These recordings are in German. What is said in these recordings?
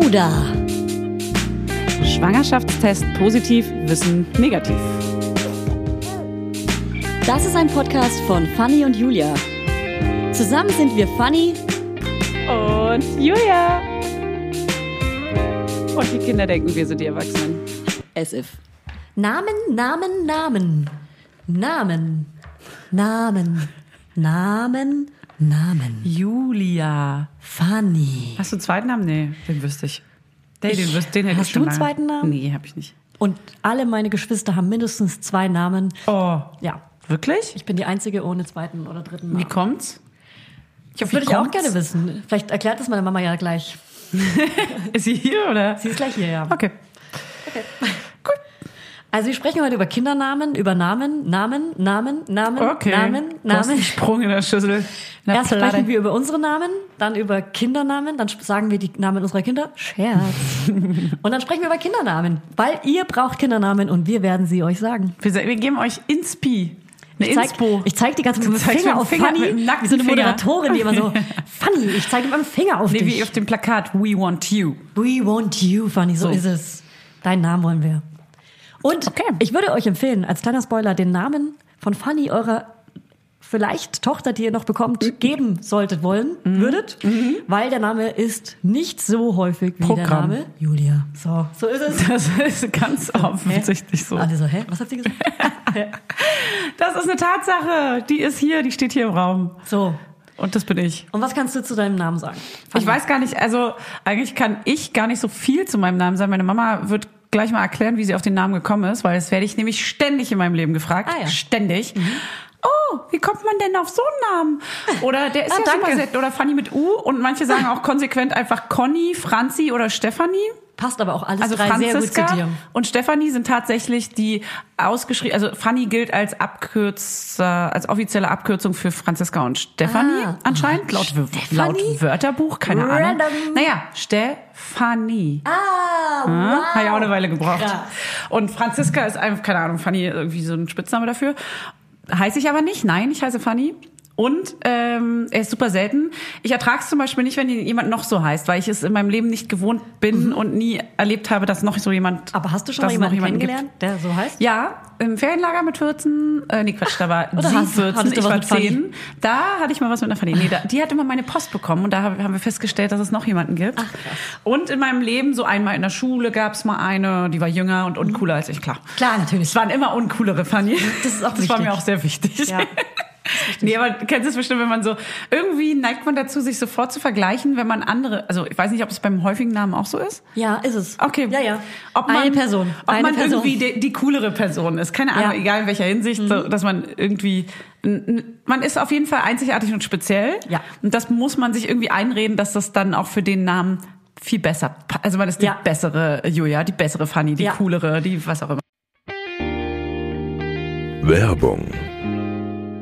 Gouda. Schwangerschaftstest positiv, Wissen negativ. Das ist ein Podcast von Fanny und Julia. Zusammen sind wir Fanny Und Julia! Und die Kinder denken, wir sind die Erwachsenen. as if. Namen, Namen, Namen. Namen. Namen. Namen. Namen. Julia. Fanny. Hast du einen zweiten Namen? Nee, den wüsste ich. Den, den, wüsste, den hätte Hast ich schon du einen lange. zweiten Namen? Nee, habe ich nicht. Und alle meine Geschwister haben mindestens zwei Namen. Oh, Ja. wirklich? Ich bin die einzige ohne zweiten oder dritten Wie Namen. kommt's? Ich Das würde ich auch gerne wissen. Vielleicht erklärt das meine Mama ja gleich. Ist sie hier oder? Sie ist gleich hier, ja. Okay. Also wir sprechen heute über Kindernamen, über Namen, Namen, Namen, Namen, Okay. Namen, Du hast einen Namen. Sprung in der Schüssel. In der Erst Platte. sprechen wir über unsere Namen, dann über Kindernamen, dann sp- sagen wir die Namen unserer Kinder. Scherz. und dann sprechen wir über Kindernamen, weil ihr braucht Kindernamen und wir werden sie euch sagen. wir, se- wir geben euch Inspi. Eine Ich zeig, Inspo. ich zeig die ganze Zeit mit Du dem zeigst Finger mit dem auf Finger, mit Fanny, dem nackten wie so eine Finger. Moderatorin, die immer so, Fanny, ich zeige mit meinem Finger auf nee, dich. wie auf dem Plakat. We want you. We want you, Fanny, so, So. ist es. Deinen Namen wollen wir. Und Okay. ich würde euch empfehlen, als kleiner Spoiler, den Namen von Fanny, eurer vielleicht Tochter, die ihr noch bekommt, geben solltet wollen, Mhm. würdet, weil der Name ist nicht so häufig wie der Programm. Name Julia. So, so ist es. Das ist ganz offensichtlich so. Alle so, hä? Was hat sie gesagt? Das ist eine Tatsache. Die ist hier, die steht hier im Raum. so. Und das bin ich. Und was kannst du zu deinem Namen sagen? Ich weiß gar nicht, also eigentlich kann ich gar nicht so viel zu meinem Namen sagen. Meine Mama wird gleich mal erklären, wie sie auf den Namen gekommen ist, weil das werde ich nämlich ständig in meinem Leben gefragt. Ah ja. Ständig. Oh, wie kommt man denn auf so einen Namen? Oder der ist Ah, ja super danke. nett. Oder Fanny mit U. Und manche sagen auch konsequent einfach Conny, Franzi oder Stefanie. Passt aber auch alles Also drei sehr Franziska gut zu dir. und Stefanie sind tatsächlich die ausgeschrieben, also Fanny gilt als Abkürzer, als offizielle Abkürzung für Franziska und Stefanie Ah. anscheinend, laut, Wö- laut Wörterbuch, keine Ahnung. Random. Naja, Stefanie. Ah, Hm? wow. Hat ja auch eine Weile gebraucht. Krass. Und Franziska ist einfach, keine Ahnung, Fanny irgendwie so ein Spitzname dafür. Heiße ich aber nicht, nein, ich heiße Fanny. Und ähm, er ist super selten. Ich ertrage es zum Beispiel nicht, wenn jemand noch so heißt, weil ich es in meinem Leben nicht gewohnt bin und nie erlebt habe, dass noch so jemand. Mhm. Aber hast du schon dass mal es noch jemanden gibt. kennengelernt, der so heißt? Ja, im Ferienlager mit 14, äh, nee Quatsch, da war Oder sie hast- 14, hattest du ich was war mit Fanny? 10. Da hatte ich mal was mit einer Fanny. Nee, da, die hat immer meine Post bekommen und da hab- haben wir festgestellt, dass es noch jemanden gibt. Ach, krass. und in meinem Leben, so einmal in der Schule gab's mal eine, die war jünger und uncooler als ich, klar. Mhm. Klar, natürlich. Es waren immer uncoolere Fanny. Das ist auch Das war wichtig. mir auch sehr wichtig. Ja. Nee, aber du kennst es bestimmt, wenn man so, irgendwie neigt man dazu, sich sofort zu vergleichen, wenn man andere, also ich weiß nicht, ob es beim häufigen Namen auch so ist. Ja, ist es. Okay. Ja, ja. Ob man, eine Person. Ob eine man Person. irgendwie die, die coolere Person ist. Keine Ahnung, Ja. Mhm. egal in welcher Hinsicht, so, dass man irgendwie, n- n- man ist auf jeden Fall einzigartig und speziell. Ja. Und das muss man sich irgendwie einreden, dass das dann auch für den Namen viel besser, pa- also man ist die Ja. bessere Julia, die bessere Fanny, die Ja. coolere, die was auch immer. Werbung.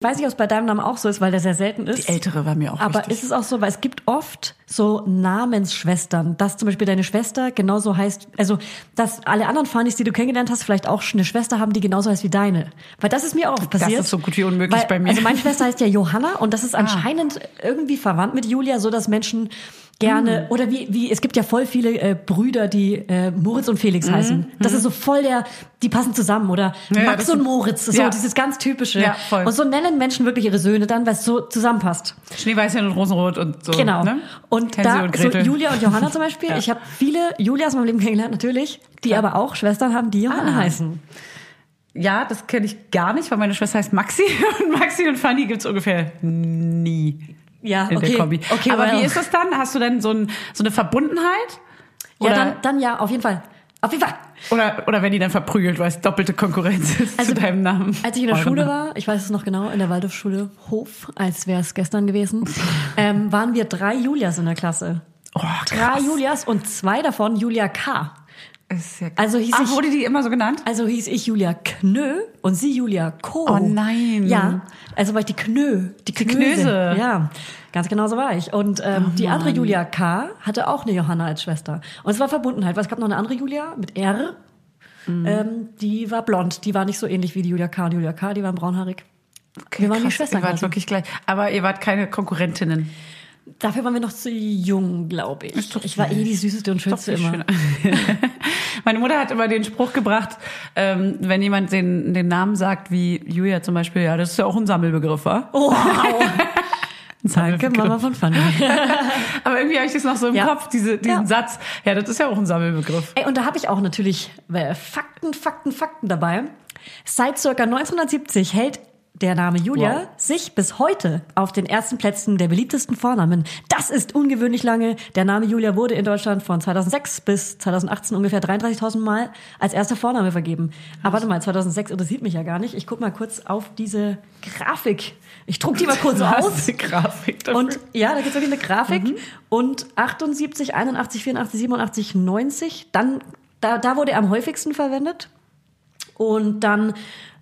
Ich weiß nicht, ob es bei deinem Namen auch so ist, weil der sehr selten ist. Die ältere war mir auch Aber wichtig. ist es auch so, weil es gibt oft so Namensschwestern, dass zum Beispiel deine Schwester genauso heißt, also dass alle anderen Fanis, die du kennengelernt hast, vielleicht auch eine Schwester haben, die genauso heißt wie deine. Weil das ist mir auch oft passiert. ist so gut wie unmöglich weil, bei mir. Ah. Also meine Schwester heißt ja Johanna und das ist anscheinend irgendwie verwandt mit Julia, so dass Menschen gerne Hm. oder wie wie es gibt ja voll viele äh, Brüder, die äh, Moritz und Felix heißen. Das ist so voll der, die passen zusammen oder Mhm. Ja, ja, Max das und ist- Moritz, so Ja. dieses ganz typische. Ja, voll. Und so nennen Menschen wirklich ihre Söhne dann, weil es so zusammenpasst. Schneeweißchen und Rosenrot und so. Genau. Ne? Und Hänsel da, und so Gretel. Julia und Johanna zum Beispiel, ich habe viele Julias in meinem Leben kennengelernt, natürlich, die aber auch Schwestern haben, die Johanna Ah. heißen. Ja, das kenne ich gar nicht, weil meine Schwester heißt Maxi und Maxi und Fanny gibt's ungefähr nie Ja, in der Kombi. okay aber well. wie ist das dann? Hast du denn so, ein, so eine Verbundenheit? Ja, Oder, dann, dann ja, auf jeden Fall. Auf jeden Fall. oder, oder wenn die dann verprügelt, weil es doppelte Konkurrenz ist zu deinem Namen? Also Als ich in der Eurem Schule Namen. war, ich weiß es noch genau, in der Waldorfschule Hof, als wäre es gestern gewesen, ähm, waren wir drei Julias in der Klasse. Oh, Drei krass. Julias und zwei davon Julia K. Ist ja Also hieß Ach, ich- wurde die immer so genannt? Also hieß ich Julia Knö und sie Julia Co. Oh nein. Ja, also war ich die Knö, die, Knöse. Oh Ja, ganz genau so war ich. Und ähm, die andere Julia K. hatte auch eine Johanna als Schwester. Und es war Verbundenheit, weil es gab noch eine andere Julia mit R. Mhm. Ähm, die war blond, die war nicht so ähnlich wie die Julia K. Und Julia K., die waren braunhaarig. wir waren die Krass, Schwestern Ihr wart quasi. wirklich gleich. Aber ihr wart keine Konkurrentinnen. Dafür waren wir noch zu jung, glaube ich. doch Ich war eh die süßeste und Doch, schönste viel immer. schöner. Meine Mutter hat immer den Spruch gebracht, ähm, wenn jemand den, den Namen sagt, wie Julia zum Beispiel, ja, das ist ja auch ein Sammelbegriff, wa? Wow. Ein Danke, Mama von Fanny. Aber irgendwie habe ich das noch so im Ja. Kopf, diese, diesen Ja. Satz. Ja, das ist ja auch ein Sammelbegriff. Ey, und da habe ich auch natürlich äh, Fakten, Fakten, Fakten dabei. Seit circa 1970 hält der Name Julia Wow. sich bis heute auf den ersten Plätzen der beliebtesten Vornamen. Das ist ungewöhnlich lange. Der Name Julia wurde in Deutschland von 2006 bis 2018 ungefähr 33.000 Mal als erster Vorname vergeben. Aber warte mal, 2006 interessiert mich ja gar nicht. Ich guck mal kurz auf diese Grafik. Ich druck die mal kurz aus. die Grafik Mhm. dafür. Und ja, da gibt's wirklich eine Grafik. Und 78, 81, 84, 87, 90, dann, da, da wurde er am häufigsten verwendet. Und dann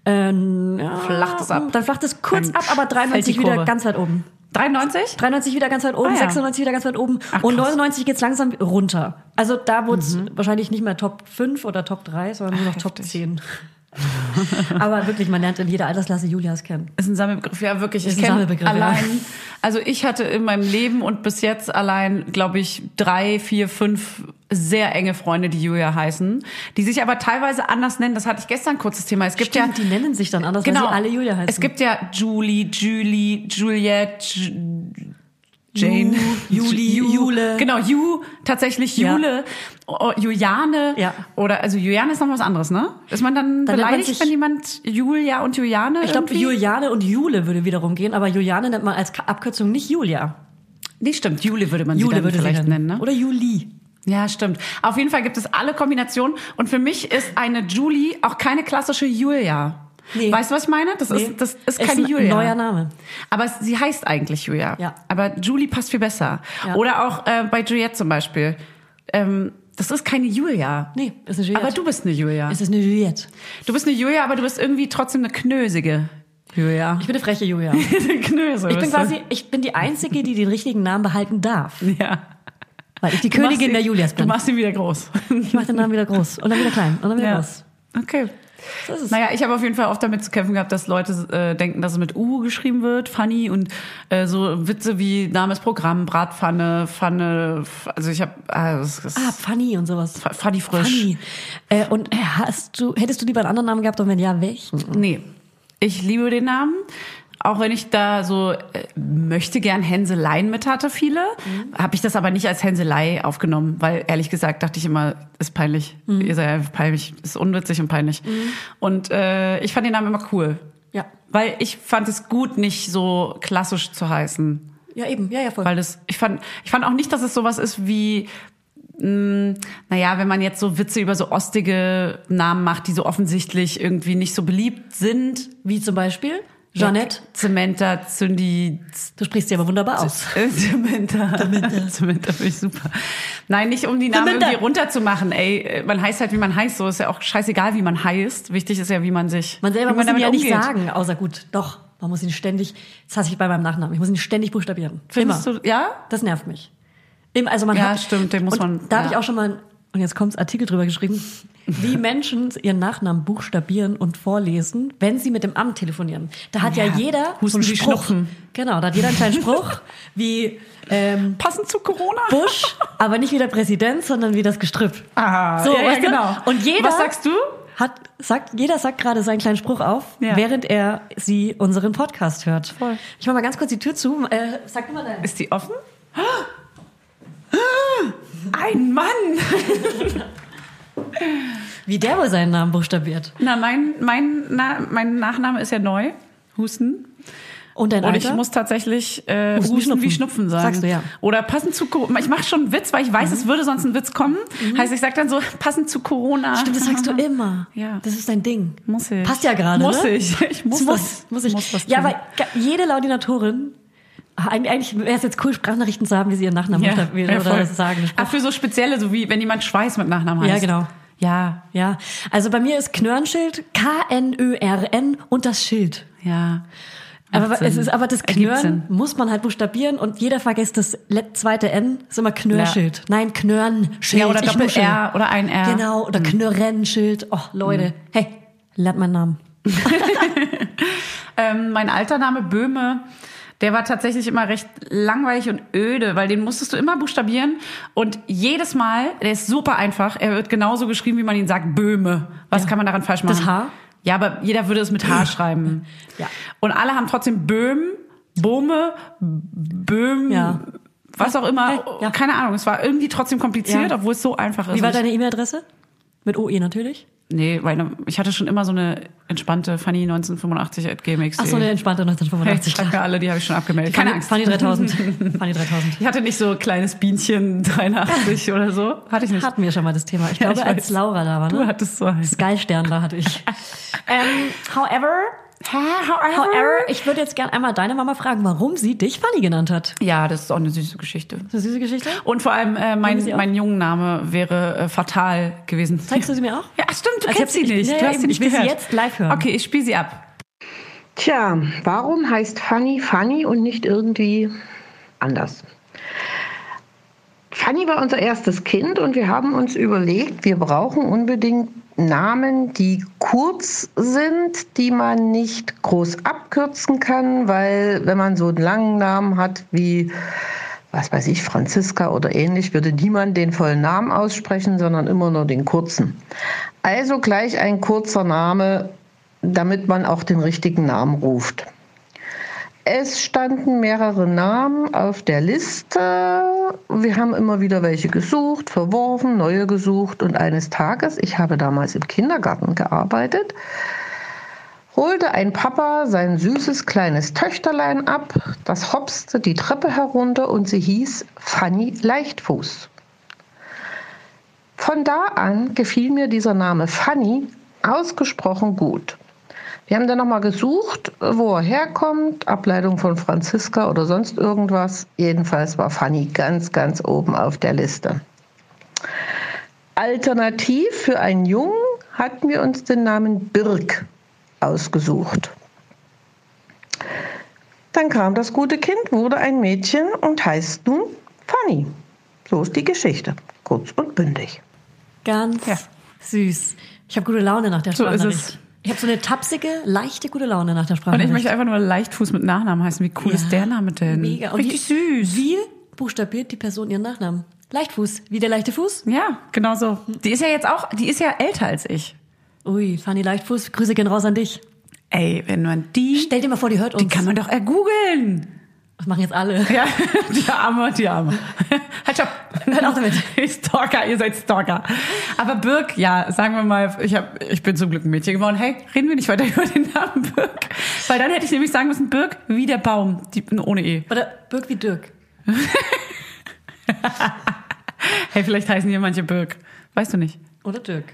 ähm, ja, Flacht es ab. Dann flacht es kurz Dann ab, aber fällt 93 die wieder Kurve. ganz weit oben. 93? 93 wieder ganz weit oben, Ah, ja. 96 wieder ganz weit oben Ach, und krass. Mhm. 99 geht's langsam runter. Also da wurde es wahrscheinlich nicht mehr Top 5 oder Top 3, sondern nur noch Top 10. Aber wirklich, man lernt in jeder Altersklasse Julias kennen. Ist ein Sammelbegriff, ja wirklich. Ist Ich ein kenne Sammelbegriff, allein, ja. also ich hatte in meinem Leben und bis jetzt allein, glaube ich, drei, vier, fünf sehr enge Freunde, die Julia heißen, die sich aber teilweise anders nennen. Das hatte ich gestern kurz das Thema. Es gibt Stimmt, ja die nennen sich dann anders, weil sie alle Julia heißen. Genau. Es gibt ja Julie, Julie, Juliette, Ju- Jane, Ju, Juli, Ju- Jule. Genau, Ju, tatsächlich Ja. Jule, oh, Juliane. Ja. Oder, also Juliane ist noch was anderes, ne? Ist man dann, Dann nennt man beleidigt, sich- wenn jemand Julia und Juliane Ich glaube, irgendwie? Juliane und Jule würde wiederum gehen, aber Juliane nennt man als Ka- Abkürzung nicht Julia. Nee, stimmt. Jule würde man sie Jule dann würde sie vielleicht nennen, ne? Oder Juli. Ja, stimmt. Auf jeden Fall gibt es alle Kombinationen. Und für mich ist eine Julie auch keine klassische Julia. Nee. Weißt du, was ich meine? Das Nee. ist, das ist keine ein Julia. neuer Name. Aber es- sie heißt eigentlich Julia. Ja. Aber Julie passt viel besser. Ja. Oder auch äh, bei Juliette zum Beispiel. Ähm, das ist keine Julia. Nee, ist eine Juliette. Aber du bist eine Julia. Es ist eine Juliette. Du bist eine Julia, aber du bist irgendwie trotzdem eine knösige Julia. Ich bin eine freche Julia. Ich bin eine Knöse. Ich bin bist du. quasi, ich bin die Einzige, die den richtigen Namen behalten darf. Ja. Weil ich die Du machst Königin ihn- der Julias Du bin. machst ihn wieder groß. Ich mach den Namen wieder groß und dann wieder klein und dann wieder Ja. groß. Okay. So ist es. Naja, ich habe auf jeden Fall oft damit zu kämpfen gehabt, dass Leute äh, denken, dass es mit U geschrieben wird, Funny und äh, so Witze wie Name ist Programm, Bratpfanne, Pfanne, F- also ich habe ah, das ist Ah, Fanny und sowas. F- Funny frisch. Fanny. Äh, und äh, hast du, hättest du lieber einen anderen Namen gehabt und wenn ja, welchen? Nee, ich liebe den Namen. Auch wenn ich da so äh, möchte gern Hänseleien mit hatte, viele, habe ich das aber nicht als Hänselei aufgenommen, weil ehrlich gesagt dachte ich immer, ist peinlich. Ihr seid einfach peinlich, ist unwitzig und peinlich. Und äh, ich fand den Namen immer cool. Ja. Weil ich fand es gut, nicht so klassisch zu heißen. Ja, eben. Ja, ja, voll. Weil das, ich fand, ich fand auch nicht, dass es sowas ist wie, mh, naja, wenn man jetzt so Witze über so ostige Namen macht, die so offensichtlich irgendwie nicht so beliebt sind. Wie zum Beispiel Jeanette. Zementa, Zündi, Z- Du sprichst sie aber wunderbar aus. äh, Zementa. Zementa. Zementa finde ich super. Nein, nicht um die Namen Zementa. irgendwie runterzumachen, ey. Man heißt halt, wie man heißt, so ist ja auch scheißegal, wie man heißt. Wichtig ist ja, wie man sich, Man selber wie muss ihn ja nicht umgeht. sagen, außer gut, doch. Man muss ihn ständig, das hasse ich bei meinem Nachnamen, ich muss ihn ständig buchstabieren. Findest Immer. du, ja? Das nervt mich. Im, also man Ja, hat, stimmt, den muss und man- Da habe ja. ich auch schon mal, und jetzt kommt's Artikel drüber geschrieben, wie Menschen ihren Nachnamen buchstabieren und vorlesen, wenn sie mit dem Amt telefonieren. Da hat ja, Ja, jeder so Husten einen wie Spruch. Schnupfen. Genau, da hat jeder einen kleinen Spruch, wie ähm, Passend zu Corona. Bush, aber nicht wie der Präsident, sondern wie das Gestrüpp. Ah, ja, ja, weißt du? genau. Und jeder Was sagst du? Hat, sagt, jeder sagt gerade seinen kleinen Spruch auf, Ja. während er sie unseren Podcast hört. Voll. Ich mach mal ganz kurz die Tür zu. Äh, sag du mal deinen. Ist die offen? Ein Mann! Wie der wohl seinen Namen buchstabiert. Na, mein, mein, na, mein Nachname ist ja neu. Husten. Und dein Und Alter? ich muss tatsächlich äh, Husten Husten, wie Schnupfen. wie Schnupfen sagen. Sagst du, ja. Mhm. Oder passend zu Corona. Ich mache schon einen Witz, weil ich weiß, es würde sonst ein Witz kommen. Heißt, ich sag dann so, passend zu Corona. Stimmt, das sagst du immer. Ja. Das ist dein Ding. Muss ich. Passt ja gerade, Muss ne? ich. Ich muss Das das- muss ich. muss das ja, tun. weil ga- jede Laudinatorin, eig- eigentlich wäre es jetzt cool, Sprachnachrichten zu haben, wie sie ihren Nachnamen buchstabieren oder voll. das sagen. Ach, für so spezielle, so wie wenn jemand Schweiß mit Nachnamen Ja, heißt. genau. Ja, Ja, also bei mir ist Knörnschild K-N-Ö-R-N und das Schild. ja. Aber Macht es Sinn. ist aber das Ergibt Knörn Sinn. muss man halt buchstabieren und jeder vergisst das let- zweite N, ist immer Knörrschild. Nein, Knörnschild. Ja, oder Ich nuschel. Doppel-R oder ein R. Hm. Genau, oder Knörrenschild. Oh, Leute, hey, lernt meinen Namen. Ähm, mein alter Name Böhme, der war tatsächlich immer recht langweilig und öde, weil den musstest du immer buchstabieren. Und jedes Mal, der ist super einfach, er wird genauso geschrieben, wie man ihn sagt, Böhme. Was kann man daran falsch machen? Das H? Ja, aber jeder würde es mit H schreiben. Ja. Und alle haben trotzdem Böhm, Böhme, Böhm, Ja. was auch immer. Ja. Keine Ahnung, es war irgendwie trotzdem kompliziert, Ja. obwohl es so einfach ist. Wie war Ich- deine E-Mail-Adresse? Mit OE natürlich. nee, meine, ich hatte schon immer so eine entspannte Fanny 1985 at gmx.de. Ach so, eine entspannte Hey, 1985. schreibt mir alle, die habe ich schon abgemeldet. Keine Fanny, E. Angst. Fanny 3000. Fanny 3000. Ich hatte nicht so kleines Bienchen 83 oder so. Hatte ich nicht. Hatten wir schon mal das Thema. Ich Ja, glaube, ich als weiß. Laura da war, ne? Du hattest so einen. Sky-Stern da hatte ich. ähm, however, however, ich würde jetzt gern einmal deine Mama fragen, warum sie dich Fanny genannt hat. Ja, das ist auch eine süße Geschichte. Ist das eine süße Geschichte? Und vor allem äh, Nehmen mein, Sie auf. mein Jungenname wäre äh, fatal gewesen. Zeigst du sie mir auch? Ja, stimmt, du Also kennst ich- sie nicht. Ja, du hast eben, sie ich nicht will sie gehört. jetzt live hören. Okay, ich spiele sie ab. Tja, warum heißt Fanny Fanny und nicht irgendwie anders? Fanny war unser erstes Kind und wir haben uns überlegt, wir brauchen unbedingt Namen, die kurz sind, die man nicht groß abkürzen kann, weil wenn man so einen langen Namen hat wie, was weiß ich, Franziska oder ähnlich, würde niemand den vollen Namen aussprechen, sondern immer nur den kurzen. Also gleich ein kurzer Name, damit man auch den richtigen Namen ruft. Es standen mehrere Namen auf der Liste. Wir haben immer wieder welche gesucht, verworfen, neue gesucht. Und eines Tages, ich habe damals im Kindergarten gearbeitet, holte ein Papa sein süßes kleines Töchterlein ab. Das hopste die Treppe herunter und sie hieß Fanny Leichtfuß. Von da an gefiel mir dieser Name Fanny ausgesprochen gut. Wir haben dann nochmal gesucht, wo er herkommt, Ableitung von Franziska oder sonst irgendwas. Jedenfalls war Fanny ganz, ganz oben auf der Liste. Alternativ für einen Jungen hatten wir uns den Namen Birk ausgesucht. Dann kam das gute Kind, wurde ein Mädchen und heißt nun Fanny. So ist die Geschichte. Kurz und bündig. Ganz Süß. Ich habe gute Laune nach der So ist Sprachnachricht. es. Ich habe so eine tapsige, leichte gute Laune nach der Und Sprachnachricht. ich möchte einfach nur Leichtfuß mit Nachnamen heißen. Wie cool Ja. ist der Name denn? Mega. Und Richtig wie, süß. Wie buchstabiert die Person ihren Nachnamen? Leichtfuß. Wie der leichte Fuß? Ja, genau so. Die ist ja jetzt auch, die ist ja älter als ich. Ui, Fanny Leichtfuß, Grüße gehen raus an dich. Ey, wenn man die, Stell dir mal vor, die hört uns. die kann man doch ergoogeln. das machen jetzt alle. Ja, die Arme, die Arme. Halt stopp. Hört auf damit. Ihr Stalker, ihr seid Stalker. Aber Birk, ja, sagen wir mal, ich, hab, ich bin zum Glück ein Mädchen geworden. Hey, reden wir nicht weiter über den Namen Birk. Weil dann hätte ich nämlich sagen müssen, Birk wie der Baum, die, ohne E. Oder Birk wie Dirk. Hey, vielleicht heißen hier manche Birk. Weißt du nicht. Oder Dirk.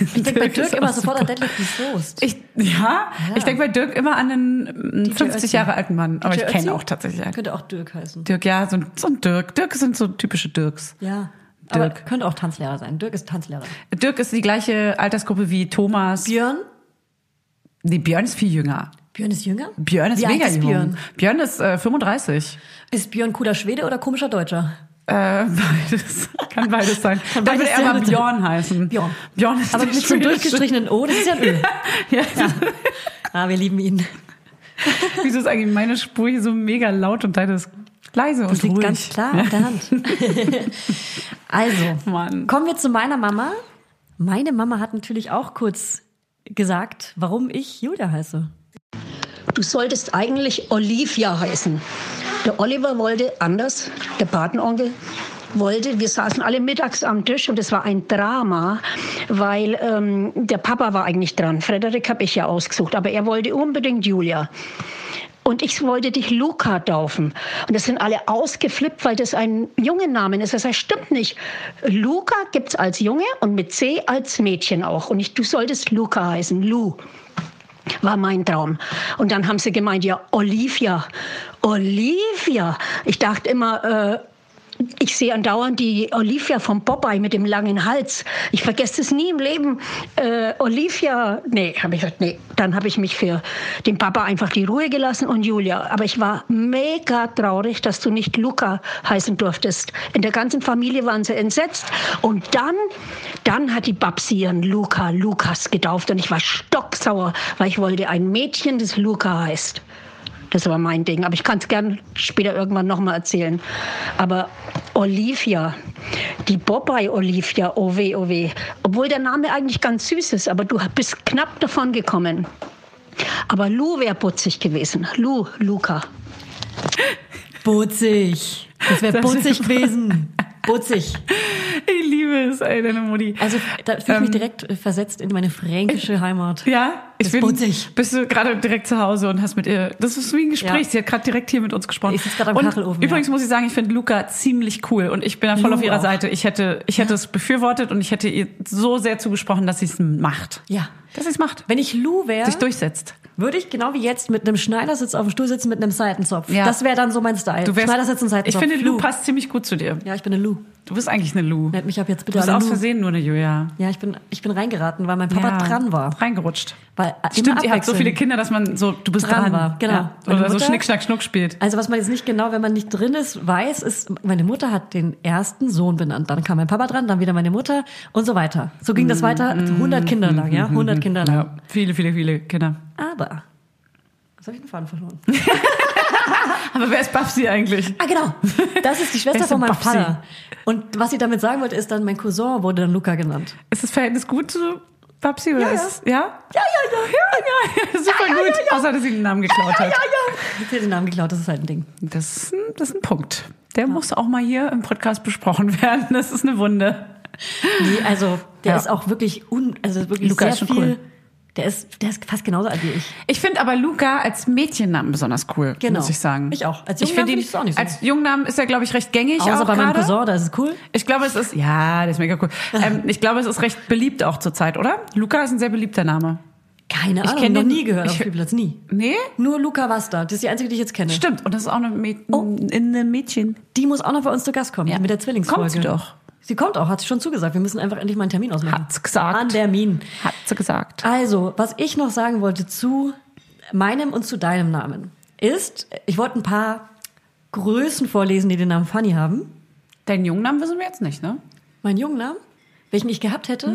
Ich denke bei Dirk ist immer auch sofort an super. Deadlift Soest. Ich, ja, ich denke bei Dirk immer an einen ähm, 50 Ötzi. Jahre alten Mann. Aber DJ ich kenne Ötzi auch tatsächlich einen. Könnte auch Dirk heißen. Dirk, ja, so ein, so ein Dirk. Dirk sind so typische Dirks. Ja. Dirk. Aber könnte auch Tanzlehrer sein. Dirk ist Tanzlehrer. Dirk ist die gleiche Altersgruppe wie Thomas. Björn? Nee, Björn ist viel jünger. Björn ist jünger? Björn ist Wie mega alt ist jung. Björn? Björn ist äh, 35. Ist Björn cooler Schwede oder komischer Deutscher? Äh, beides. Kann beides sein. Kann Dann beides würde er sein. mal Björn heißen. Björn. Björn ist Aber der mit so einem schwedische- durchgestrichenen O, das ist ja ein Ö. Ja. Ah, wir lieben ihn. Wieso ist eigentlich meine Spur hier so mega laut und deine ist leise Das und ruhig? liegt ganz klar auf der Hand. also, Mann. kommen wir zu meiner Mama. Meine Mama hat natürlich auch kurz gesagt, warum ich Julia heiße. Du solltest eigentlich Olivia heißen. Der Oliver wollte anders, der Patenonkel wollte, wir saßen alle mittags am Tisch und es war ein Drama, weil ähm, der Papa war eigentlich dran. Frederik habe ich ja ausgesucht, aber er wollte unbedingt Julia. Und ich wollte dich Luca taufen. Und das sind alle ausgeflippt, weil das ein Jungennamen ist. Das heißt, stimmt nicht. Luca gibt's als Junge und mit C als Mädchen auch. Und ich, du solltest Luca heißen, Lu war mein Traum. Und dann haben sie gemeint, ja, Olivia, Olivia. Ich dachte immer, äh, ich sehe andauernd die Olivia vom Popeye mit dem langen Hals. Ich vergesse es nie im Leben. Äh, Olivia, nee, habe ich gesagt, nee. Dann habe ich mich für den Papa einfach die Ruhe gelassen und Julia. Aber ich war mega traurig, dass du nicht Luca heißen durftest. In der ganzen Familie waren sie entsetzt. Und dann, dann hat die Babsi ihren Luca Lukas getauft. Und ich war stocksauer, weil ich wollte ein Mädchen, das Luca heißt. Das war mein Ding. Aber ich kann es gern später irgendwann nochmal erzählen. Aber Olivia, die Popeye Olivia, oh weh, oh weh. Obwohl der Name eigentlich ganz süß ist, aber du bist knapp davon gekommen. Aber Lou wäre putzig gewesen. Lou, Luca. Butzig. Das wäre butzig gewesen. Butzig. Ich liebe es, ey, deine Mutti. Also, da fühle ich mich Ähm, direkt äh, versetzt in meine fränkische Heimat. Ja, ich Das bin, lohnt sich. bist du gerade direkt zu Hause und hast mit ihr, das ist wie ein Gespräch, Ja. sie hat gerade direkt hier mit uns gesprochen. Ich sitz grad am und Kachelofen, Übrigens ja. muss ich sagen, ich finde Luca ziemlich cool und ich bin da voll Lu auf ihrer auch. Seite. Ich hätte, ich hätte es befürwortet und ich hätte ihr so sehr zugesprochen, dass sie es macht. Ja. Dass sie es macht. Wenn ich Lou wäre, Sich durchsetzt. würde ich genau wie jetzt mit einem Schneidersitz auf dem Stuhl sitzen mit einem Seitenzopf. Ja. Das wäre dann so mein Style. Du wärst, Schneidersitz und ich Seitenzopf. finde, Lu passt ziemlich gut zu dir. Ja, ich bin eine Lou. Du bist eigentlich eine Lu. Nennt mich ab jetzt Du bitte bist alle aus Lou. Versehen nur eine Julia. Ja, ich bin, ich bin reingeraten, weil mein Papa Ja. dran war. Reingerutscht. Weil äh, immer Stimmt, ihr habt so abwechseln. viele Kinder, dass man so, du bist Dran dran. war, genau. Ja. Meine Oder so Mutter- Schnick, Schnack, Schnuck spielt. Also was man jetzt nicht genau, wenn man nicht drin ist, weiß, ist, meine Mutter hat den ersten Sohn benannt. Dann kam mein Papa dran, dann wieder meine Mutter und so weiter. So ging das weiter 100 Kinder lang, ja? 100 Kinder lang. Mm-hmm. Ja, viele, viele, viele Kinder. Aber, was habe ich den Faden verloren? Aber wer ist Babsi eigentlich? Ah, genau. Das ist die Schwester Wer ist denn von meinem Babsi? Vater. Und was sie damit sagen wollte, ist dann, mein Cousin wurde dann Luca genannt. Ist das Verhältnis gut zu Babsi? Oder Ja, ja. Ist, ja? Ja, ja, ja, ja, ja. Super gut. Außer, dass sie den Namen geklaut Ja, ja, hat. ja. Hat sie den Namen geklaut, das ist halt ein Ding. Das, ist ein, das ist ein Punkt. Der muss auch mal hier im Podcast besprochen werden. Das ist eine Wunde. Nee, also der Ja. ist auch wirklich un, also wirklich Luca sehr ist schon viel. cool. Der ist, der ist fast genauso alt wie ich. Ich finde aber Luca als Mädchennamen besonders cool, Genau. muss ich sagen. Ich auch. Als ich Jungnamen finde find ihn, ich's auch nicht so. Als Jungnamen ist er, glaube ich, recht gängig. Außer auch bei meinem gerade. Cousin, da ist es cool. Ich glaube, es ist, ja, der ist mega cool. Ähm, ich glaube, es ist recht beliebt auch zurzeit, oder? Luca ist ein sehr beliebter Name. Keine Ich Ahnung, kenn noch den- nie gehört ich- auf dem Spielplatz, nie. Nee? Nur Luca Wasta, das ist die einzige, die ich jetzt kenne. Stimmt. Und das ist auch eine, Mäd eine Oh, Mädchen. Die muss auch noch bei uns zu Gast kommen, Ja. mit der Zwillingsfolge. Kommt sie doch. Sie kommt auch, hat sie schon zugesagt. Wir müssen einfach endlich mal einen Termin ausmachen. Hat's gesagt. An Termin. Hat sie gesagt. Also, was ich noch sagen wollte zu meinem und zu deinem Namen ist, ich wollte ein paar Größen vorlesen, die den Namen Fanny haben. Deinen Jungnamen wissen wir jetzt nicht, ne? Mein Jungennamen, welchen ich gehabt hätte,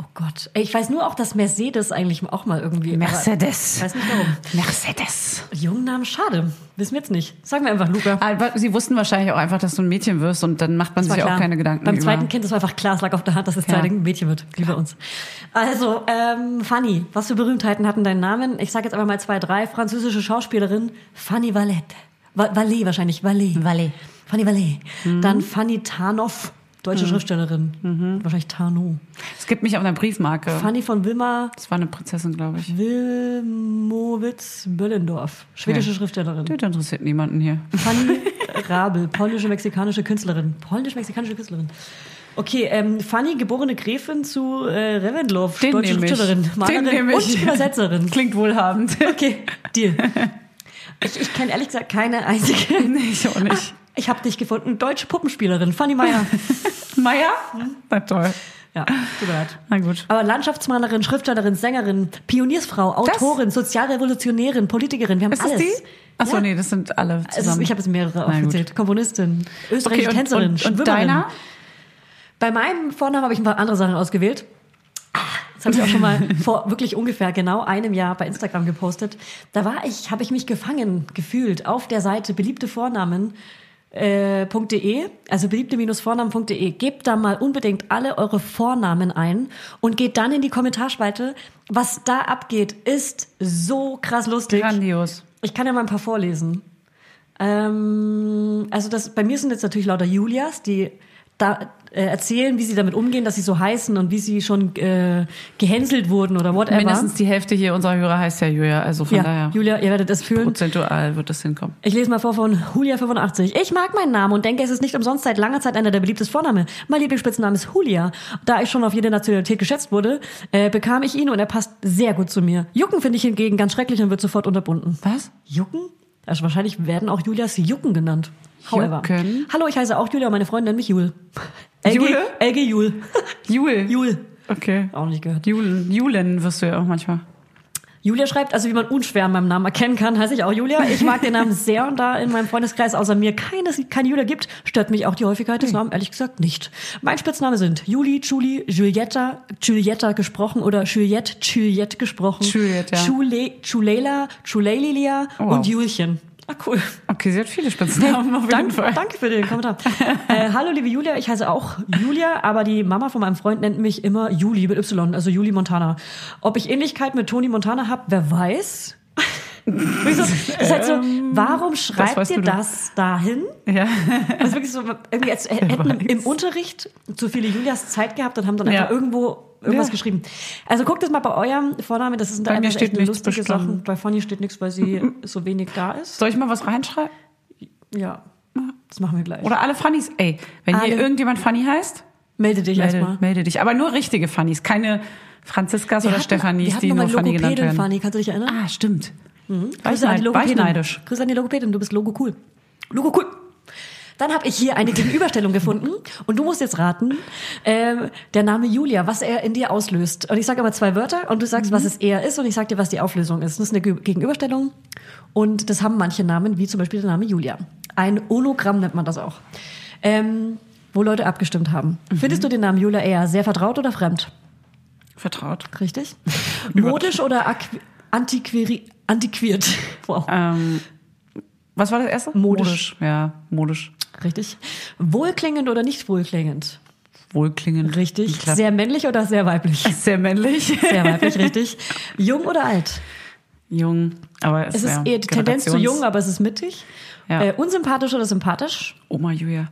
Oh Gott. Ey, Ich weiß nur auch, dass Mercedes eigentlich auch mal irgendwie. Mercedes. Aber Weiß nicht warum. Mercedes. Jungnamen, schade. Wissen wir jetzt nicht. Sagen wir einfach Luca. Aber sie wussten wahrscheinlich auch einfach, dass du ein Mädchen wirst und dann macht man Das war sich auch klar. keine Gedanken Beim über. zweiten Kind, das war einfach klar, es lag auf der Hand, dass es Ja. ja. ein Mädchen wird, wie bei uns. Also, ähm, Fanny, was für Berühmtheiten hatten deinen Namen? Ich sage jetzt aber mal zwei, drei. Französische Schauspielerin Fanny Valette. Va Vallet wahrscheinlich, Vallet. Vallet. Fanny Vallet. Mhm. Dann Fanny Tarnoff, deutsche Schriftstellerin. Mhm. Wahrscheinlich Tarnow. Es gibt mich auf einer Briefmarke. Fanny von Wilma Das war eine Prinzessin, glaube ich. Wilmowitz-Böllendorf, schwedische Ja. Schriftstellerin. Das interessiert niemanden hier. Fanny Rabel, polnische-mexikanische Künstlerin. Polnisch-mexikanische Künstlerin. Okay, ähm, Fanny, geborene Gräfin zu äh, Reventlow, Den deutsche nehme ich. Schriftstellerin, Den Malerin nehme ich. und Übersetzerin. Klingt wohlhabend. Okay, Deal. Ich, ich kenne ehrlich gesagt keine einzige. Nee, ich auch nicht. Ich habe dich gefunden, deutsche Puppenspielerin, Fanny Meyer. Ah. Meier? Hm. Na toll. Ja, tut mir leid. Na gut. Aber Landschaftsmalerin, Schriftstellerin, Sängerin, Pioniersfrau, Autorin, Sozialrevolutionärin, Politikerin, wir haben Ist das alles. die? Achso, ja. nee, das sind alle Es ist, zusammen. ich habe jetzt mehrere Na gut. aufgezählt. Komponistin, österreichische Okay, und- Tänzerin, und- und Schwimmerin. deiner? Bei meinem Vornamen habe ich ein paar andere Sachen ausgewählt. Ah, Das habe ich auch schon mal vor wirklich ungefähr genau einem Jahr bei Instagram gepostet. Da war ich, habe ich mich gefangen gefühlt auf der Seite beliebte Vornamen. Äh, .de, also beliebte-vornamen.de. E. Gebt da mal unbedingt alle eure Vornamen ein und geht dann in die Kommentarspalte. Was da abgeht, ist so krass lustig. Grandios. Ich kann ja mal ein paar vorlesen. Ähm, also das, bei mir sind jetzt natürlich lauter Julias, die da äh, erzählen, wie sie damit umgehen, dass sie so heißen und wie sie schon äh, gehänselt wurden oder whatever. Mindestens die Hälfte hier unserer Hörer heißt ja Julia, also von ja, daher. Julia, ihr werdet es fühlen. Prozentual wird das hinkommen. Ich lese mal vor von Julia85. Ich mag meinen Namen und denke, es ist nicht umsonst seit langer Zeit einer der beliebtesten Vorname. Mein Lieblingsspitzname ist Julia. Da ich schon auf jede Nationalität geschätzt wurde, äh, bekam ich ihn und er passt sehr gut zu mir. Jucken finde ich hingegen ganz schrecklich und wird sofort unterbunden. Was? Jucken? Also wahrscheinlich werden auch Julias Jucken genannt. Jucken? Hallo, ich heiße auch Julia und meine Freundin nennt mich Jul. LG, Jule? LG Jul. Jule. Jul. Okay. Auch nicht gehört. Julen, Julen wirst du ja auch manchmal. Julia schreibt, also wie man unschwer an meinem Namen erkennen kann, heiße ich auch Julia. Ich mag den Namen sehr und da in meinem Freundeskreis außer mir keines, keine Julia gibt, stört mich auch die Häufigkeit Hm. des Namens ehrlich gesagt nicht. Mein Spitzname sind Juli, Julie, Julietta, Julietta gesprochen oder Juliette, Juliette gesprochen. Juliette, ja. Oh, Jule, Julela, Julelilia Wow. und Julchen. Ah, cool. Okay, sie hat viele Spitznamen auf jeden Dank- Fall. Danke für den Kommentar. äh, hallo, liebe Julia, ich heiße auch Julia, aber die Mama von meinem Freund nennt mich immer Juli mit Y, also Juli Montana. Ob ich Ähnlichkeit mit Toni Montana habe, wer weiß. Wieso? Das ist halt so, warum schreibt Ähm, weißt ihr du denn? das dahin? Ja. Das ist wirklich so, irgendwie als hätten im Unterricht zu viele Julias Zeit gehabt und haben dann Ja. einfach irgendwo irgendwas Ja. geschrieben. Also guckt das mal bei eurem Vornamen, das sind da Bei mir einfach steht echt nichts lustige bestimmt. Sachen. Bei Fanny steht nichts, weil sie so wenig da ist. Soll ich mal was reinschreiben? Ja, das machen wir gleich. Oder alle Funnies. Ey, wenn Alle. hier irgendjemand Funny heißt, Melde dich erstmal. melde, melde dich. Aber nur richtige Funnies, keine Franziskas Wir oder hatten- wir Stefanis, hatten die noch mal ne? Mhm. nur Funny Logopädin, genannt werden. Fanny, kannst du dich erinnern? Ah, stimmt. War, ich Grüße an die neid, war ich Logopädin. neidisch. Grüße an die Logopädin, du bist Logo cool. Logo cool. Dann habe ich hier eine Gegenüberstellung gefunden und du musst jetzt raten, ähm, der Name Julia, was er in dir auslöst. Und ich sage immer zwei Wörter und du Mhm. sagst, was es eher ist und ich sage dir, was die Auflösung ist. Das ist eine Ge- Gegenüberstellung und das haben manche Namen, wie zum Beispiel der Name Julia. Ein Hologramm nennt man das auch, ähm, wo Leute abgestimmt haben. Mhm. Findest du den Namen Julia eher sehr vertraut oder fremd? Vertraut. Richtig. Modisch oder aqu- antiquiri antiquiert? Wow. Ähm, was war das erste? Modisch. Ja, modisch. Richtig. Wohlklingend oder nicht wohlklingend? Wohlklingend. Richtig. Klar. Sehr männlich oder sehr weiblich? Sehr männlich. Sehr weiblich, richtig. Jung oder alt? Jung. Aber es, Es ist ja, eher die Tendenz zu Generations- jung, aber es ist mittig. Ja. Äh, unsympathisch oder sympathisch? Oma Julia.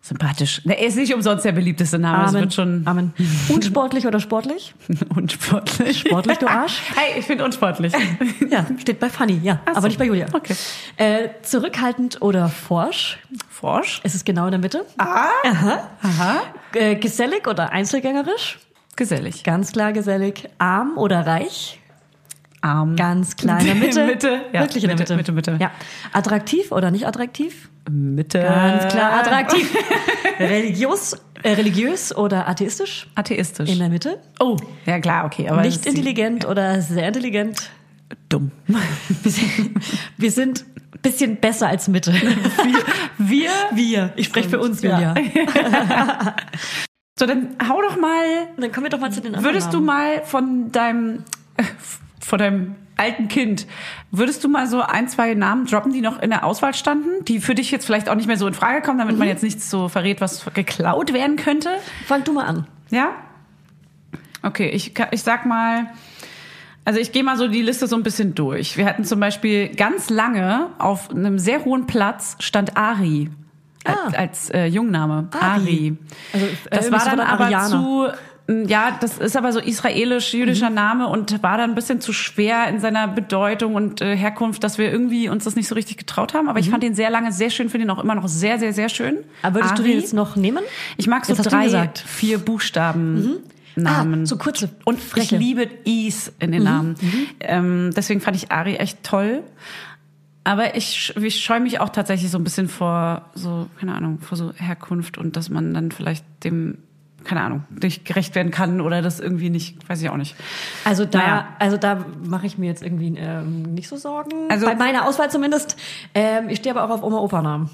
Sympathisch. Ne, er ist nicht umsonst der beliebteste Name. Das wird schon Amen. Unsportlich oder sportlich? unsportlich. Sportlich, du Arsch. Hey, ich finde unsportlich. Ja, steht bei Fanny, ja, aber nicht bei Julia. Okay. Äh, zurückhaltend oder forsch? Forsch. Es ist genau in der Mitte. Ah. Aha. Aha. Äh, gesellig oder einzelgängerisch? Gesellig. Ganz klar gesellig. Arm oder reich? Arm. Ganz klar in der Mitte. Mitte, ja, Wirklich in der Mitte, Mitte. Mitte, Mitte. Ja. Attraktiv oder nicht attraktiv? Mitte. Ganz Äh. klar attraktiv. religiös, äh, religiös oder atheistisch? Atheistisch. In der Mitte. oh, ja klar, okay. Aber nicht das ist die- intelligent oder sehr intelligent. Dumm. Wir sind ein bisschen besser als Mitte. Wir Wir. Ich spreche für uns, Julia. So, dann hau doch mal, Und dann kommen wir doch mal zu den anderen. würdest du Namen. mal von deinem, äh, von deinem alten Kind, würdest du mal so ein, zwei Namen droppen, die noch in der Auswahl standen, die für dich jetzt vielleicht auch nicht mehr so in Frage kommen, damit man jetzt nichts so verrät, was geklaut werden könnte? Fang du mal an. Ja? Okay, ich, ka- ich sag mal, also ich gehe mal so die Liste so ein bisschen durch. Wir hatten zum Beispiel ganz lange auf einem sehr hohen Platz stand Ari. Als, als äh, Jungname. Ah. Ari. Ari. Also, das äh, war das war dann dann aber Ariana. zu, m, ja, das ist aber so Mhm. israelisch-jüdischer Name und war dann ein bisschen zu schwer in seiner Bedeutung und äh, Herkunft, dass wir irgendwie uns das nicht so richtig getraut haben. Aber ich fand den sehr lange sehr schön, finde ihn auch immer noch sehr, sehr, sehr schön. Mhm. Aber würdest du Ari. den jetzt noch nehmen? Ich mag so Jetzt hast du drei, gesagt. vier Buchstaben. Namen. Ah, so kurze Und Freche. Mhm. ich liebe Is in den Namen. Ähm, deswegen fand ich Ari echt toll. Aber ich, sch- ich scheue mich auch tatsächlich so ein bisschen vor, so, keine Ahnung, vor so Herkunft und dass man dann vielleicht dem, keine Ahnung, nicht gerecht werden kann oder das irgendwie nicht, weiß ich auch nicht. Also da, Naja. also da mache ich mir jetzt irgendwie ähm, nicht so Sorgen. Also Also- bei meiner Auswahl zumindest. Ähm, ich stehe aber auch auf Oma Opa Namen.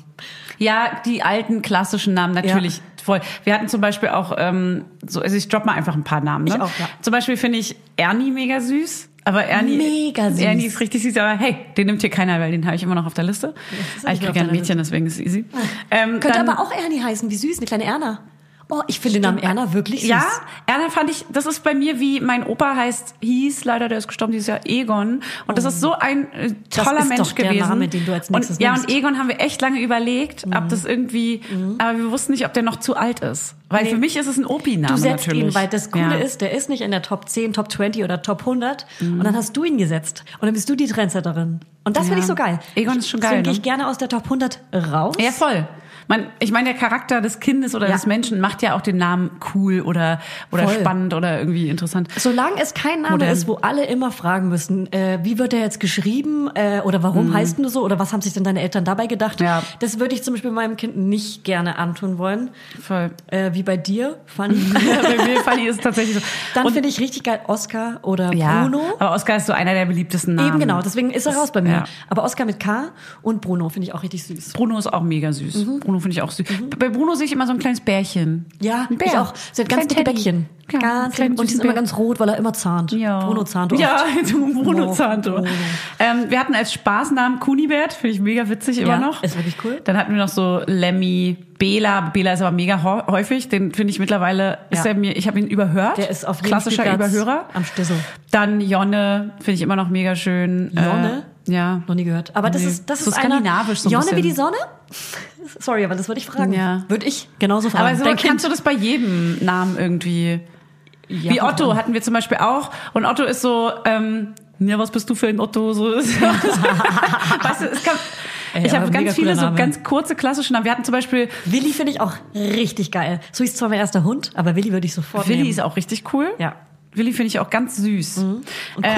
Ja, die alten klassischen Namen natürlich voll. Wir hatten zum Beispiel auch, ähm, so, also ich drop mal einfach ein paar Namen. Ne? Ich auch, ja. Zum Beispiel finde ich Ernie mega süß. Aber Ernie, Mega süß. Ernie ist richtig süß, aber hey, den nimmt hier keiner, weil den habe ich immer noch auf der Liste. ist Ah, nicht mehr Ich auf kriege ja ein deiner Mädchen, deswegen ist es easy. Ähm, Ah. Könnte dann- aber auch Ernie heißen, wie süß, eine kleine Erna. Oh, ich finde den Namen Erna wirklich süß. Ja, Erna fand ich, das ist bei mir wie mein Opa heißt, hieß, leider der ist gestorben dieses Jahr, Egon. Und das ist so ein äh, Das toller ist Mensch doch der gewesen. Name, den du als nächstes und, ja, nimmst. Mhm. und Egon haben wir echt lange überlegt, ob das irgendwie, aber wir wussten nicht, ob der noch zu alt ist. Weil für mich ist es ein Opi-Name Du setzt natürlich. ihn, weil das Coole ja. ist, der ist nicht in der Top 10, Top 20 oder Top 100. Und dann hast du ihn gesetzt. Und dann bist du die Trendsetterin. Und das Mhm. Ja. finde ich so geil. Egon ist schon Deswegen geil, gehe ne? ich gerne aus der Top 100 raus. Ja, voll. Man, ich meine, der Charakter des Kindes oder Ja. des Menschen macht ja auch den Namen cool oder, oder Voll. spannend oder irgendwie interessant. Solange es kein Name Modern. ist, wo alle immer fragen müssen, äh, wie wird der jetzt geschrieben äh, oder warum heißt denn du so oder was haben sich denn deine Eltern dabei gedacht, Mhm. Ja. das würde ich zum Beispiel meinem Kind nicht gerne antun wollen. Voll. Äh, wie bei dir, Fanny. bei mir, Fanny, ist es tatsächlich so. Dann Und- finde ich richtig geil Oscar oder ja, Bruno. aber Oscar ist so einer der beliebtesten Namen. Eben genau, deswegen ist er raus bei mir. ja. Aber Oscar mit K und Bruno finde ich auch richtig süß. Bruno ist auch mega süß. Mhm. Bruno finde ich auch süß. Bei Bruno sehe ich immer so ein kleines Bärchen. Ja, ein Bär. ich auch. Sie hat ganz Kleinen dicke Teddy. Bäckchen. Ja, ganz kleinen dicke, und die süßen ist immer Bär. ganz rot, weil er immer zahnt. ja. Bruno zahnt. oft. Ja, Bruno zahnt. Bruno. Ähm, wir hatten als Spaßnamen Kunibert, finde ich mega witzig Ja, immer noch. ist wirklich cool. Dann hatten wir noch so Lemmy, Bela. Bela ist aber mega hau- häufig. Den finde ich mittlerweile, ist Ja. er mir, ich habe ihn überhört. Der ist auf jedem Klassischer Spielplatz Überhörer. am Stissel. Dann Jonne, finde ich immer noch mega schön. Jonne? Äh, ja. Noch nie gehört. Aber das Nee. ist das So ist einer- skandinavisch so ein Jonne wie bisschen. die Sonne? Sorry, aber das würde ich fragen. Ja. Würde ich genauso fragen. Aber so Dein kannst du das bei jedem Namen irgendwie. Wie Otto hatten wir zum Beispiel auch. Und Otto ist so, ähm, ja, was bist du für ein Otto? So, weißt du, es kann, Ey, ich aber habe mega ganz viele cooler so Name. ganz kurze klassische Namen. Wir hatten zum Beispiel, Willi finde ich auch richtig geil. So ist zwar mein erster Hund, aber Willi würde ich sofort Willi nehmen. ist auch richtig cool. Ja. Mhm. Willi finde ich auch ganz süß. Äh, Und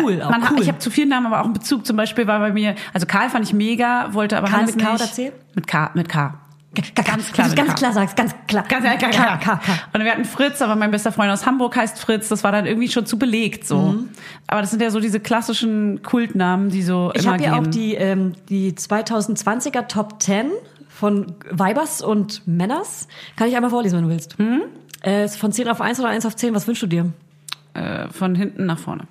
cool auch, man hat- cool. Ich habe zu vielen Namen, aber auch einen Bezug. Zum Beispiel war bei mir, also Karl fand ich mega, wollte aber Karl Hans mit K nicht. oder C? Mit K, mit K. ganz klar, mit ganz K. klar sagst, ganz klar. Ganz ehrlich, K, K, K. Und wir hatten Fritz, aber mein bester Freund aus Hamburg heißt Fritz. Das war dann irgendwie schon zu belegt so. Aber das sind ja so diese klassischen Kultnamen, die so Ich immer habe gehen. ja auch die, ähm, die 2020er Top 10 von Weibers und Männers. Kann ich einmal vorlesen, wenn du willst. Mhm. Äh, ist von 10 auf 1 oder 1 auf 10, was wünschst du dir? äh, von hinten nach vorne.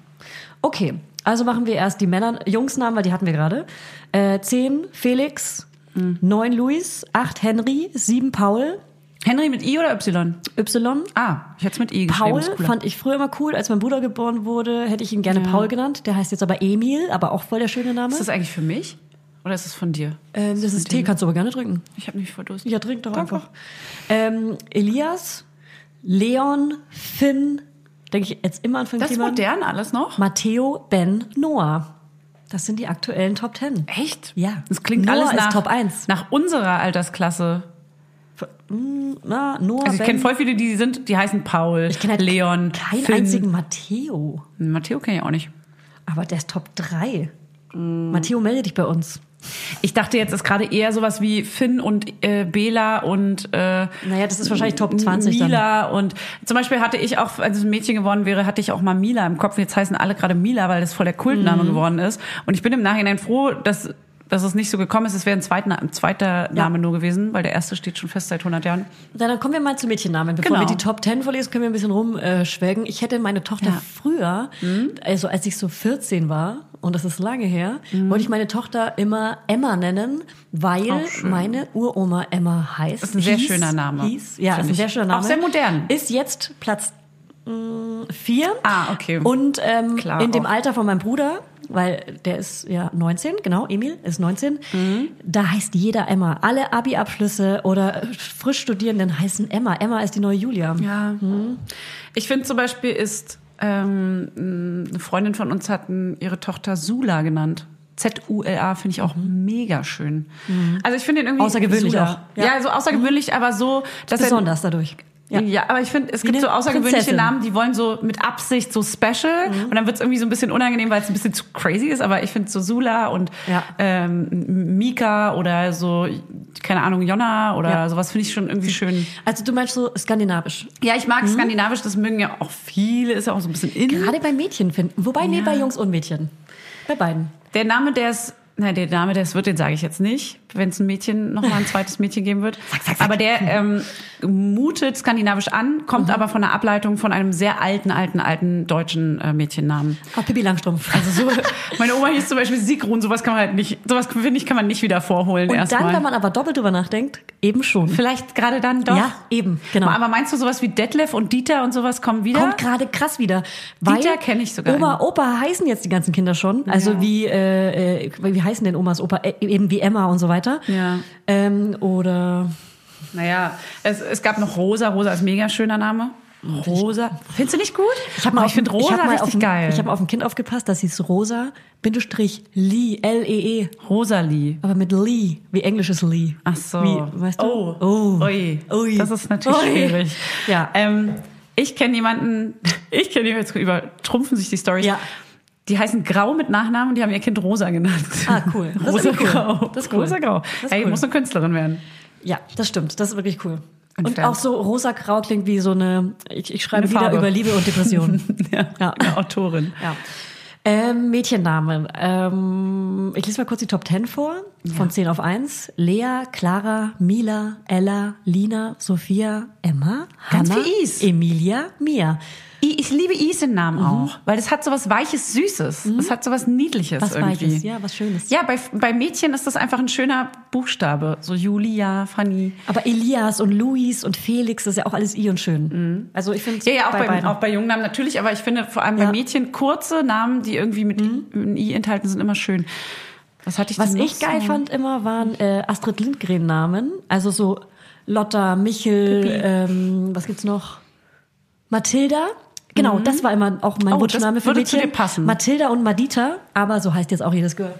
Okay, also machen wir erst die Männer, Jungsnamen, weil die hatten wir gerade. Äh, 10 Felix, Mhm. 9 Luis, 8 Henry, 7 Paul, Henry mit I oder Y? Y. Ah, ich hätte es mit I geschrieben. Paul ist cooler. fand ich früher immer cool. Als mein Bruder geboren wurde, hätte ich ihn gerne Paul genannt. Der heißt jetzt aber Emil, aber auch voll der schöne Name. ist das eigentlich für mich? Oder ist es von dir? ähm, das ist Tee, kannst du aber gerne trinken. Ich habe mich voll Durst. Ja, trink doch Danke. einfach. Ähm, Elias, Leon, Finn, denke ich jetzt immer an Finn Das ist Kliman. modern alles noch? Matteo, Ben, Noah. Das sind die aktuellen Top Ten. Echt? Ja. Das klingt Noah alles ist nach, Top 1. nach unserer Altersklasse. Na, Noah, Also ich Ben. kenne voll viele, die sind, die heißen Paul, ich kenn halt Leon, keinen Finn. einzigen Matteo. Matteo kenne ich auch nicht. Aber der ist Top 3. Mm. Matteo, melde dich bei uns. Ich dachte jetzt ist gerade eher sowas wie Finn und äh, Bela und äh, Naja, das ist wahrscheinlich Top 20 dann. Mila und zum Beispiel hatte ich auch, als es ein Mädchen geworden wäre, hatte ich auch mal Mhm. Mila im Kopf. Jetzt heißen alle gerade Mila, weil das voll der Kultname geworden ist. Und ich bin im Nachhinein froh, dass dass es nicht so gekommen ist. Es wäre ein zweiter, ein zweiter Name nur gewesen, weil der erste steht schon fest seit 100 Jahren. Dann, dann kommen wir mal zu Mädchennamen. Bevor Genau. wir die Top Ten vorlesen, können wir ein bisschen rumschwelgen. Ich hätte meine Tochter Ja. Mm. früher, also als ich so 14 war, und das ist lange her, Mm. wollte ich meine Tochter immer Emma nennen, weil meine Uroma Emma heißt. Ist ein sehr schöner Name, Hieß, ja, finde ist ein sehr ich. schöner Name. Auch sehr modern. Ist jetzt Platz mh, vier. Ah, okay. Und ähm, Klar, in dem auch. Alter von meinem Bruder, weil der ist ja 19, genau, Emil ist 19, Mhm. da heißt jeder Emma. Alle Abi-Abschlüsse oder frisch Studierenden heißen Emma. Emma ist die neue Julia. Ja. Hm? Ich finde zum Beispiel ist, ähm, mh, eine Freundin von uns hat mh, ihre Tochter Sula genannt. Z-U-L-A finde ich auch mega schön. Also ich finde ihn irgendwie Mhm. Außergewöhnlich Sula. auch. Ja. Ja. so außergewöhnlich, aber so, dass er- Besonders dadurch. Ja. aber ich finde, es gibt eine so außergewöhnliche Prinzessin. Mhm. Namen, die wollen so mit Absicht so special und dann wird es irgendwie so ein bisschen unangenehm, weil es ein bisschen zu crazy ist, aber ich finde so Sula und Ja. ähm, Mika oder so, keine Ahnung, Jonna oder Ja. sowas finde ich schon irgendwie schön. Also du meinst so skandinavisch. Ja, ich mag skandinavisch, das mögen ja auch viele, ist ja auch so ein bisschen in. Hm? Gerade bei Mädchen finden. Wobei, nee, bei Jungs und Mädchen. Bei beiden. Der Name, der es, nein, der Name, der es wird, den sage ich jetzt nicht, wenn es ein Mädchen, nochmal ein zweites Mädchen geben wird. Aber der ähm, mutet skandinavisch an, kommt Mhm. aber von einer Ableitung von einem sehr alten, alten, alten deutschen äh, Mädchennamen. Ah, Pippi Langstrumpf. Also so, meine Oma hieß zum Beispiel Sigrun, sowas kann man halt nicht, sowas finde ich, kann man nicht wieder vorholen und dann, erstmal. wenn man aber doppelt drüber nachdenkt, eben schon. Vielleicht gerade dann doch. Ja, eben, genau. Aber meinst du, sowas wie Detlef und Dieter und sowas kommen wieder? Kommt gerade krass wieder. Weil Dieter kenn ich sogar Oma, einen. Opa heißen jetzt die ganzen Kinder schon. Also wie, äh, äh, wie heißen denn Omas, Opa? Äh, eben wie Emma und so weiter. Ja. Ähm, oder Naja, es, es gab noch Rosa. Rosa ist mega schöner Name. Rosa. Findest du nicht gut? Ich habe mal, Aber auf ich finde ein- ich Rosa hab mal auf richtig ein- geil. Ich habe auf ein Kind aufgepasst, das hieß Rosa Bindestrich Lee L E E, Rosalie. aber mit Lee wie englisches Lee. Ach so. Wie, weißt du? Oh. oh. Ui. Ui. Das ist natürlich Ui. schwierig. Ja. Ähm, ich kenne jemanden, ich kenne jemanden, jetzt übertrumpfen sich die Stories. Ja. Die heißen Grau mit Nachnamen und die haben ihr Kind Rosa genannt. Ah, cool. Das ist Rosa irgendwie cool. Grau. Das ist cool. Rosa Grau. Das ist Ey, cool. muss eine Künstlerin werden. Ja, das stimmt. Das ist wirklich cool. Und Entfernt. auch so rosa-grau klingt wie so eine, ich, ich schreibe Eine wieder Farbe. über Liebe und Depressionen. Ja. genau. Ja. Eine Autorin. Ja. Ähm, Mädchennamen. Ähm, ich lese mal kurz die Top 10 vor. Von 10 auf 1. Lea, Clara, Mila, Ella, Lina, Sophia, Emma, Ganz Hannah, viel Is. Emilia, Mia. I- Ich liebe Is in Namen auch, weil das hat so was Weiches, Süßes. Das hat so Mhm. was Niedliches Was irgendwie. Weiches, ja, was Schönes. Ja, bei, bei Mädchen ist das einfach ein schöner Buchstabe. So Julia, Fanny. Aber Elias und Luis und Felix, das ist ja auch alles i und schön. Also ich finde Mhm. Ja, ja, auch bei, beiden. auch bei jungen Namen natürlich, aber ich finde vor allem Ja. Mhm. bei Mädchen kurze Namen, die irgendwie mit I, ein I enthalten sind, immer schön. Was hatte ich Was denn noch ich geil so? fand immer waren äh, Astrid Lindgren Namen, also so Lotta, Michel, ähm, was gibt's noch? Mathilda. Genau, das war immer auch mein Oh, Wunschname das für würde zu Mädchen. dir passen. Mathilda und Madita, aber so heißt jetzt auch jedes Girl.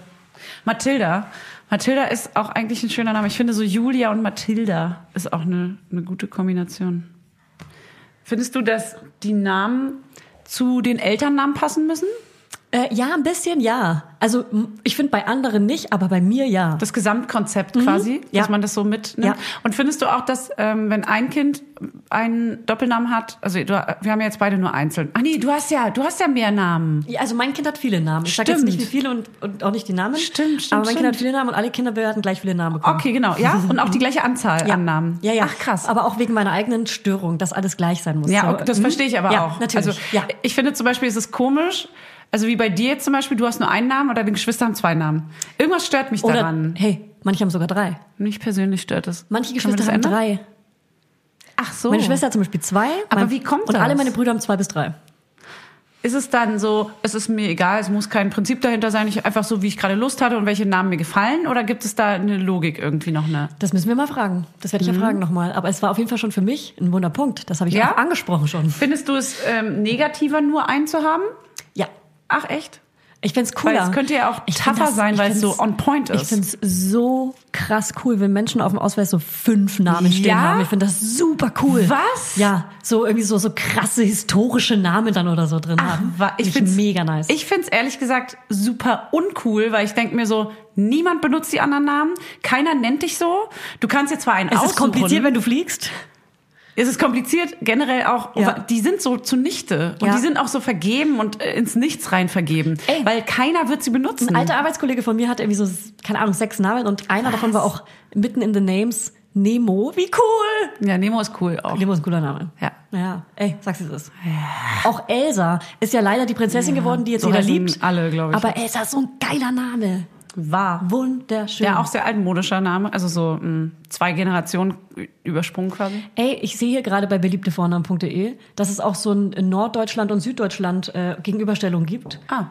Mathilda. Mathilda ist auch eigentlich ein schöner Name. Ich finde so Julia und Mathilda ist auch eine, eine gute Kombination. Findest du, dass die Namen zu den Elternnamen passen müssen? Äh, ja, ein bisschen ja. Also m- ich finde bei anderen nicht, aber bei mir ja. Das Gesamtkonzept quasi, Mhm. ja. dass man das so mitnimmt. Ja. Und findest du auch, dass ähm, wenn ein Kind einen Doppelnamen hat, also du, wir haben ja jetzt beide nur einzeln. Ach nee, du hast ja, du hast ja mehr Namen. Ja, also mein Kind hat viele Namen. Ich sage jetzt Stimmt. nicht wie viele und, und auch nicht die Namen. Stimmt, stimmt, Aber mein Kind hat stimmt. viele Namen und alle Kinder werden gleich viele Namen bekommen. Okay, genau, ja. Und auch die gleiche Anzahl an Namen. Ja, ja. Ach krass. Aber auch wegen meiner eigenen Störung, dass alles gleich sein muss. Ja, So, okay, das mhm. verstehe ich aber ja, auch. Natürlich. Also, ja. Ich finde zum Beispiel, es ist komisch, also wie bei dir jetzt zum Beispiel, du hast nur einen Namen oder deine Geschwister haben zwei Namen. Irgendwas stört mich Oder, daran. hey, manche haben sogar drei. Mich persönlich stört es. Manche Kann man Geschwister das haben ändern? drei. Ach so. Meine Schwester hat zum Beispiel zwei. Aber wie kommt und Und alle das? meine Brüder haben zwei bis drei. Ist es dann so, es ist mir egal, es muss kein Prinzip dahinter sein, ich einfach so, wie ich gerade Lust hatte und welche Namen mir gefallen? Oder gibt es da eine Logik irgendwie noch ne? eine? Das müssen wir mal fragen. Das werde ich ja fragen nochmal. Aber es war auf jeden Fall schon für mich ein wunder Punkt. Das habe ich Mhm. Ja? auch angesprochen schon. Findest du es ähm, negativer, nur einen zu haben? Ja. Ach echt? Ich find's Weil cooler. es könnte ja auch Ich find tougher das- sein, ich weil es so find's- on point Ich ist. find's so krass cool, wenn Menschen auf dem Ausweis so fünf Namen stehen Ja? haben. Ich find das super Ah, cool. Was? Ja, so irgendwie so, so krasse historische Namen dann oder so drin haben. wa- ich find's find's- mega nice. Ich finde es ehrlich gesagt super uncool, weil ich denke mir so, niemand benutzt die anderen Namen, keiner nennt dich so. Du kannst jetzt zwar einen es aussuchen. ist kompliziert, wenn du fliegst. Es ist kompliziert, generell auch, Ja. die sind so zunichte und Ja. die sind auch so vergeben und äh, ins Nichts rein vergeben, Ey. weil keiner wird sie benutzen. Ein alter Arbeitskollege von mir hatte irgendwie so, keine Ahnung, sechs Namen und einer davon war auch mitten in the names Nemo. Wie cool! Ja, Nemo ist cool auch. Nemo ist ein cooler Name. Ja. Ja. Ey, sag's es ist. Auch Elsa ist ja leider die Prinzessin geworden, die jetzt so jeder heißen liebt. alle, glaub ich. Aber Elsa ist so ein geiler Name. War. Wunderschön. Ja, auch sehr altmodischer Name, also so mh, zwei Generationen ü- übersprungen quasi. Ey, ich sehe hier gerade bei beliebtevornamen.de, dass es auch so ein in Norddeutschland und Süddeutschland äh, Gegenüberstellung gibt. Ah,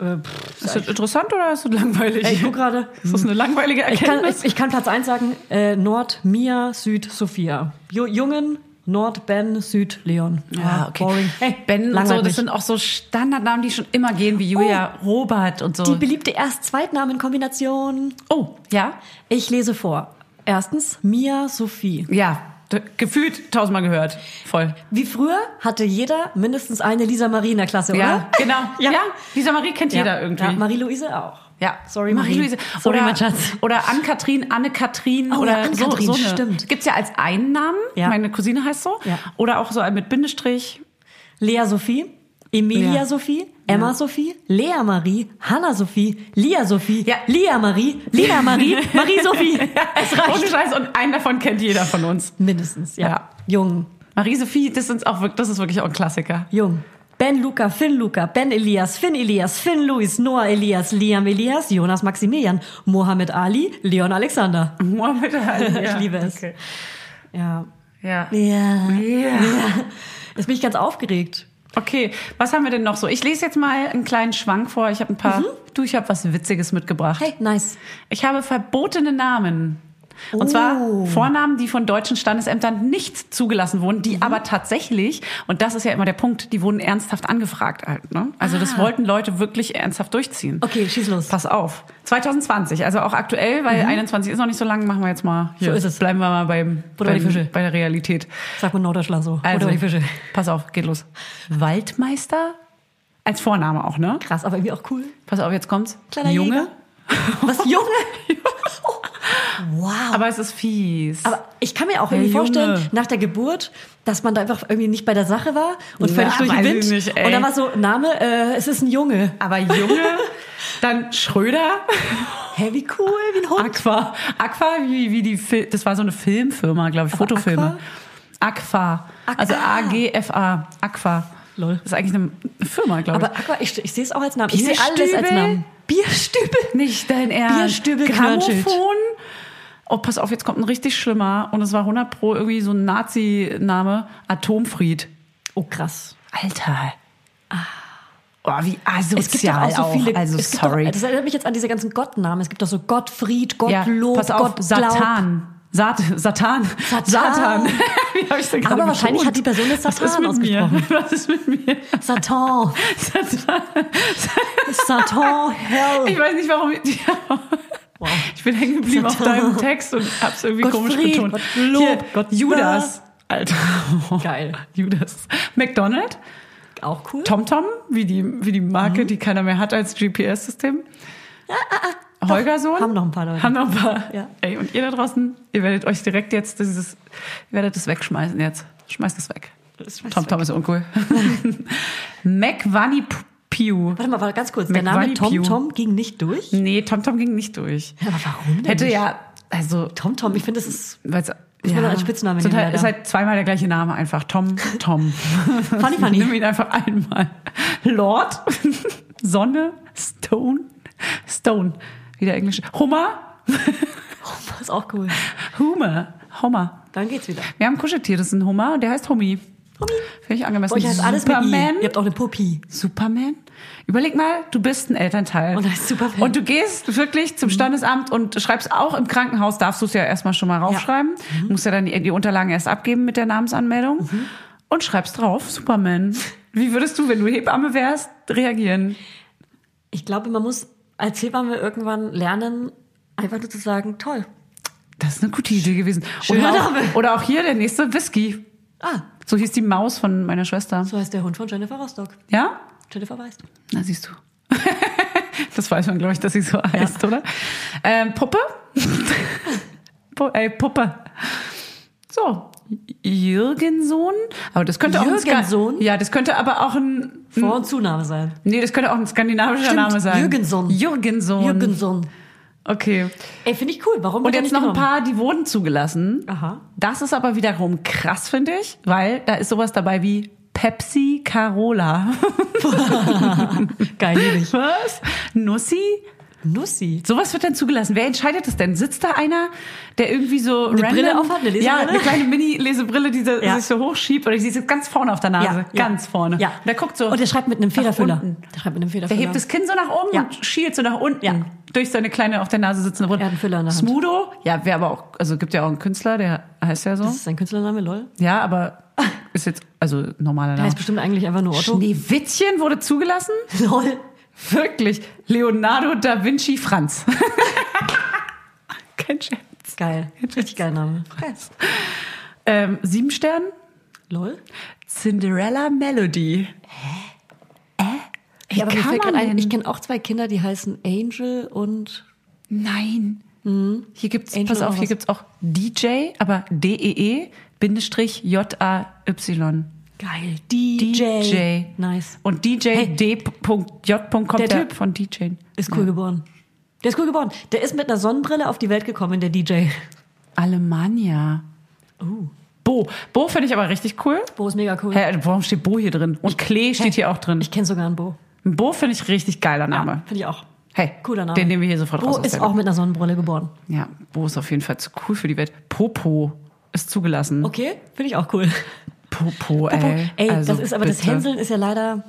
Äh, pff, ist das interessant oder ist das langweilig? ey, ich guck gerade. Ist das eine langweilige Äh, Ich kann, Erkenntnis? ich, ich kann Platz eins sagen, äh, Nord Mia, Süd Sophia. Ju- Jungen, Nord Ben, Süd Leon. Ja, okay. Boring. Hey, ben und so, das langweilig. sind auch so Standardnamen, die schon immer gehen, wie Julia, Robert und so. die beliebte Erst-Zweitnamen-Kombination. oh, ja? Ich lese vor. Erstens Mia Sophie. Ja, d- gefühlt tausendmal gehört. Voll. Wie früher hatte jeder mindestens eine Lisa Marie in der Klasse, Ja, oder? genau. Ja. ja. Lisa Marie kennt jeder irgendwie. Ja, Marie-Louise auch. Ja, Sorry, Marie. Marie-Louise. Sorry, oder, mein Schatz. Oder Ann-Kathrin, Anne-Kathrin Oh oder ja, so, Ann-Kathrin, so eine. stimmt. Gibt's ja als einen Namen. Ja. Meine Cousine heißt so. Ja. Oder auch so ein mit Bindestrich. Lea Sophie, Emilia Ja. Sophie, Emma Sophie, Lea Marie, Hanna Sophie, Lia Sophie, Ja. Lia Marie, Lina Marie, Marie Sophie. Es Ohne reicht. Scheiß. Und einen davon kennt jeder von uns. Mindestens, ja. Ja. Jung, Marie-Sophie, das, sind auch wirklich- das ist wirklich auch ein Klassiker. jung. Ben Luca, Finn Luca, Ben Elias, Finn Elias, Finn Luis, Noah Elias, Liam Elias, Jonas Maximilian, Mohammed Ali, Leon Alexander. Mohammed Ali. Ja. Ich liebe es. Ja. Ja. Ja. ja. Jetzt bin ich ganz aufgeregt. Okay, was haben wir denn noch so? Ich lese jetzt mal einen kleinen Schwank vor. Ich habe ein Mhm. paar. Du, ich habe was Witziges mitgebracht. Hey, nice. Ich habe verbotene Namen. Und Oh. zwar Vornamen, die von deutschen Standesämtern nicht zugelassen wurden, Mhm. die aber tatsächlich, und das ist ja immer der Punkt, die wurden ernsthaft angefragt halt. Ne? Also das wollten Leute wirklich ernsthaft durchziehen. Ah. Okay, schieß los. Mhm. Pass auf. 2020, also auch aktuell, weil 21 ist noch nicht so lang, machen wir jetzt mal. Hier, So ist es. Bleiben wir mal beim, Butter bei die Fische. beim, bei der Realität. Sag mal Norddeutschland so. Oder die Fische. Also, pass auf, geht los. Waldmeister als Vorname auch, ne? Krass, aber irgendwie auch cool. Pass auf, jetzt kommt's. Kleiner Junge. Jäger. Was, Junge? Oh, wow. Aber es ist fies. Aber ich kann mir auch irgendwie Der Junge. vorstellen, nach der Geburt, dass man da einfach irgendwie nicht bei der Sache war und Ja, völlig durch den weiß Wind. ich nicht, ey. und dann war so, Name, äh, es ist ein Junge. Aber Junge, dann Schröder, Hä, wie cool, wie ein Hund. Aqua, Aqua, wie, wie die, Fil das war so eine Filmfirma, glaube ich, Fotofilme. Aqua, also A G F A, Aqua. Lol. Das ist eigentlich eine Firma, glaube ich. Aber Aqua, ich, ich sehe es auch als Namen. Ich sehe alles Bierstübel? als Namen. Bierstübel. Nicht dein Ernst. Bierstübel Knirschelt. Grammophon. Oh, pass auf, jetzt kommt ein richtig schlimmer und es war 100 pro irgendwie so ein Nazi-Name, Atomfried. Oh, krass. Ah. Alter. Oh, wie asozial Es gibt doch auch so viele. also es gibt sorry. Doch, das erinnert mich jetzt an diese ganzen Gottnamen. Es gibt doch so Gottfried, Ja, Gottlob, pass auf, Gottglaub. Satan. Sat Satan. Satan. Wie hab ich's denn gerade Aber wahrscheinlich betont? hat die Person jetzt Was ist Satan mit mir? ausgesprochen. Was ist mit mir? Satan. Satan. Satan, hell. Ich weiß nicht, warum. Ich, ich bin hängen geblieben auf Satan. deinem Text und hab's irgendwie Gottfried, komisch betont. Gottlob, Hier, Gott- Judas. Alter. Geil. Judas. McDonald. Auch cool. TomTom, wie die, wie die Mhm. Marke, die keiner mehr hat als GPS-System. Ah, Holgersohn. haben noch ein paar Leute. Haben noch ein paar. Ja. Ey, und ihr da draußen, ihr werdet euch direkt jetzt dieses, ihr werdet es wegschmeißen jetzt. Schmeißt es weg. TomTom ist uncool. McVanny Pew. Warte mal, warte ganz kurz. Der Name McVanny Tom Pew. Tom ging nicht durch. Nee, TomTom ging nicht durch. Aber warum denn Hätte nicht? ja, also, Tom Tom, ich finde, das ist. weil's, Muss man als Spitzname sind nehmen, halt, ist leider. halt zweimal der gleiche Name einfach. Tom, Tom. Funny, funny. Nimm ihn einfach einmal. Lord, Sonne, Stone, Stone. Wie der englische. Hummer, Das ist auch cool. Hummer, Hummer. Dann geht's wieder. Wir haben ein Kuscheltier, das ist ein Hummer und der heißt Homie. Tommy. Finde ich angemessen. Bei euch heißt alles mit I. Superman. Ihr habt auch eine Puppy. Superman? Überleg mal, du bist ein Elternteil. Und heißt Superman. Mhm. Und du gehst wirklich zum Standesamt und schreibst auch im Krankenhaus, darfst du es ja erstmal schon mal raufschreiben. Mhm. Musst ja dann die, die Unterlagen erst abgeben mit der Namensanmeldung. Und schreibst drauf, Superman. Wie würdest du, wenn du Hebamme wärst, reagieren? Ich glaube, man muss als Hebamme irgendwann lernen, einfach nur zu sagen, toll. Das ist eine gute Idee gewesen. Schöner oder, Name. Auch, oder auch hier der nächste Whisky. Ah, So hieß die Maus von meiner Schwester. so heißt der Hund von Jennifer Rostock. Ja? Jennifer Weist. Na, siehst du. das weiß man, glaube ich, dass sie so heißt, oder? Ähm, Puppe? Pu- Ey, Puppe. So, Jürgensohn. Aber das könnte auch ein Ska Jürgensohn? Ja, das könnte aber auch ein Vor- und Zunahme sein. Nee, das könnte auch ein skandinavischer Stimmt, Name sein. Jürgenson. Jürgenson. Jürgenson. Okay. Ey, finde ich cool. Warum Und wird er nicht jetzt noch ein genommen? paar, die wurden zugelassen. Aha. Das ist aber wiederum krass, finde ich, weil da ist sowas dabei wie Pepsi Carola. Geil, liebe ich. Was? Nussi? Nussi. Sowas wird dann zugelassen. Wer entscheidet das denn? Sitzt da einer, der irgendwie so eine random, Brille aufhat, eine ja, Lesebrille? eine kleine Mini-Lesebrille, die so- Ja. sich so hochschiebt oder ich sehe es ganz vorne auf der Nase, Also ganz vorne. Ja. Und der guckt so. Und der schreibt mit einem Federfüller. nach unten. Der schreibt mit einem Der Federfüller. hebt das Kinn so nach oben Ja. und schielt so nach unten. Ja. Durch seine kleine auf der Nase sitzende Brille. Er hat einen Füller in der Hand. Smudo, ja, wäre aber auch, also gibt ja auch einen Künstler, der heißt ja so. Das ist sein Künstlername, lol. Ja, aber ist jetzt, also normaler Der Name. heißt bestimmt eigentlich einfach nur Otto. Schneewittchen wurde zugelassen? Lol. Wirklich. Leonardo da Vinci Franz. Kein Scherz. Geil. Richtig geiler Name. Ähm, sieben Sterne? Lol. Cinderella Melody. Hä? Äh? Ja, aber mir fällt grad ein, denn? ich kenne auch zwei Kinder, die heißen Angel und Nein. Hier gibt's, Hm? Angel pass auf, oder hier was? gibt's auch DJ, aber D-E-E, Bindestrich J-A-Y. geil. Oh, DJ. Nice. Und DJ D.J. kommt der, Der der Typ. von DJ. Ist cool geboren. Der ist cool geboren. Der ist mit einer Sonnenbrille auf die Welt gekommen, der DJ. Alemannia. Bo. Bo finde ich aber richtig cool. Oh. Bo ist mega cool. Hä, warum steht Bo hier drin? Und Klee steht hier auch drin. Ich kenne sogar einen Bo. Bo finde ich richtig geiler Name. Finde ich auch. Hey, Cooler Name. den nehmen wir hier sofort Bo raus. aus ist der auch mit einer Sonnenbrille geboren. Ja, Bo ist auf jeden Fall zu cool für die Welt. Popo ist zugelassen. Okay, finde ich auch cool. Popo, Popo. ey. Ey, Also das ist aber das bitte. Hänseln ist ja leider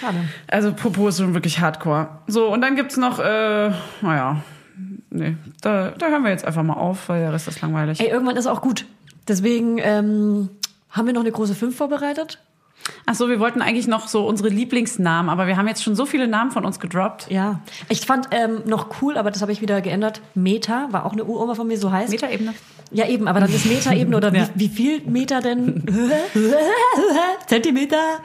schade. Also Popo ist schon wirklich hardcore. So, und dann gibt's noch, äh, naja, nee, da, da hören wir jetzt einfach mal auf, weil der Rest ist langweilig. Ey, irgendwann ist auch gut. Deswegen ähm, haben wir noch eine große 5 vorbereitet. Ach so, wir wollten eigentlich noch so unsere Lieblingsnamen, aber wir haben jetzt schon so viele Namen von uns gedroppt. Ja. Ich fand ähm, noch cool, aber das habe ich wieder geändert. Meta war auch eine Uroma von mir, so heißt. Metaebene. Ja, eben, aber dann ist Meter eben oder Ja. wie, wie viel Meter denn? Zentimeter?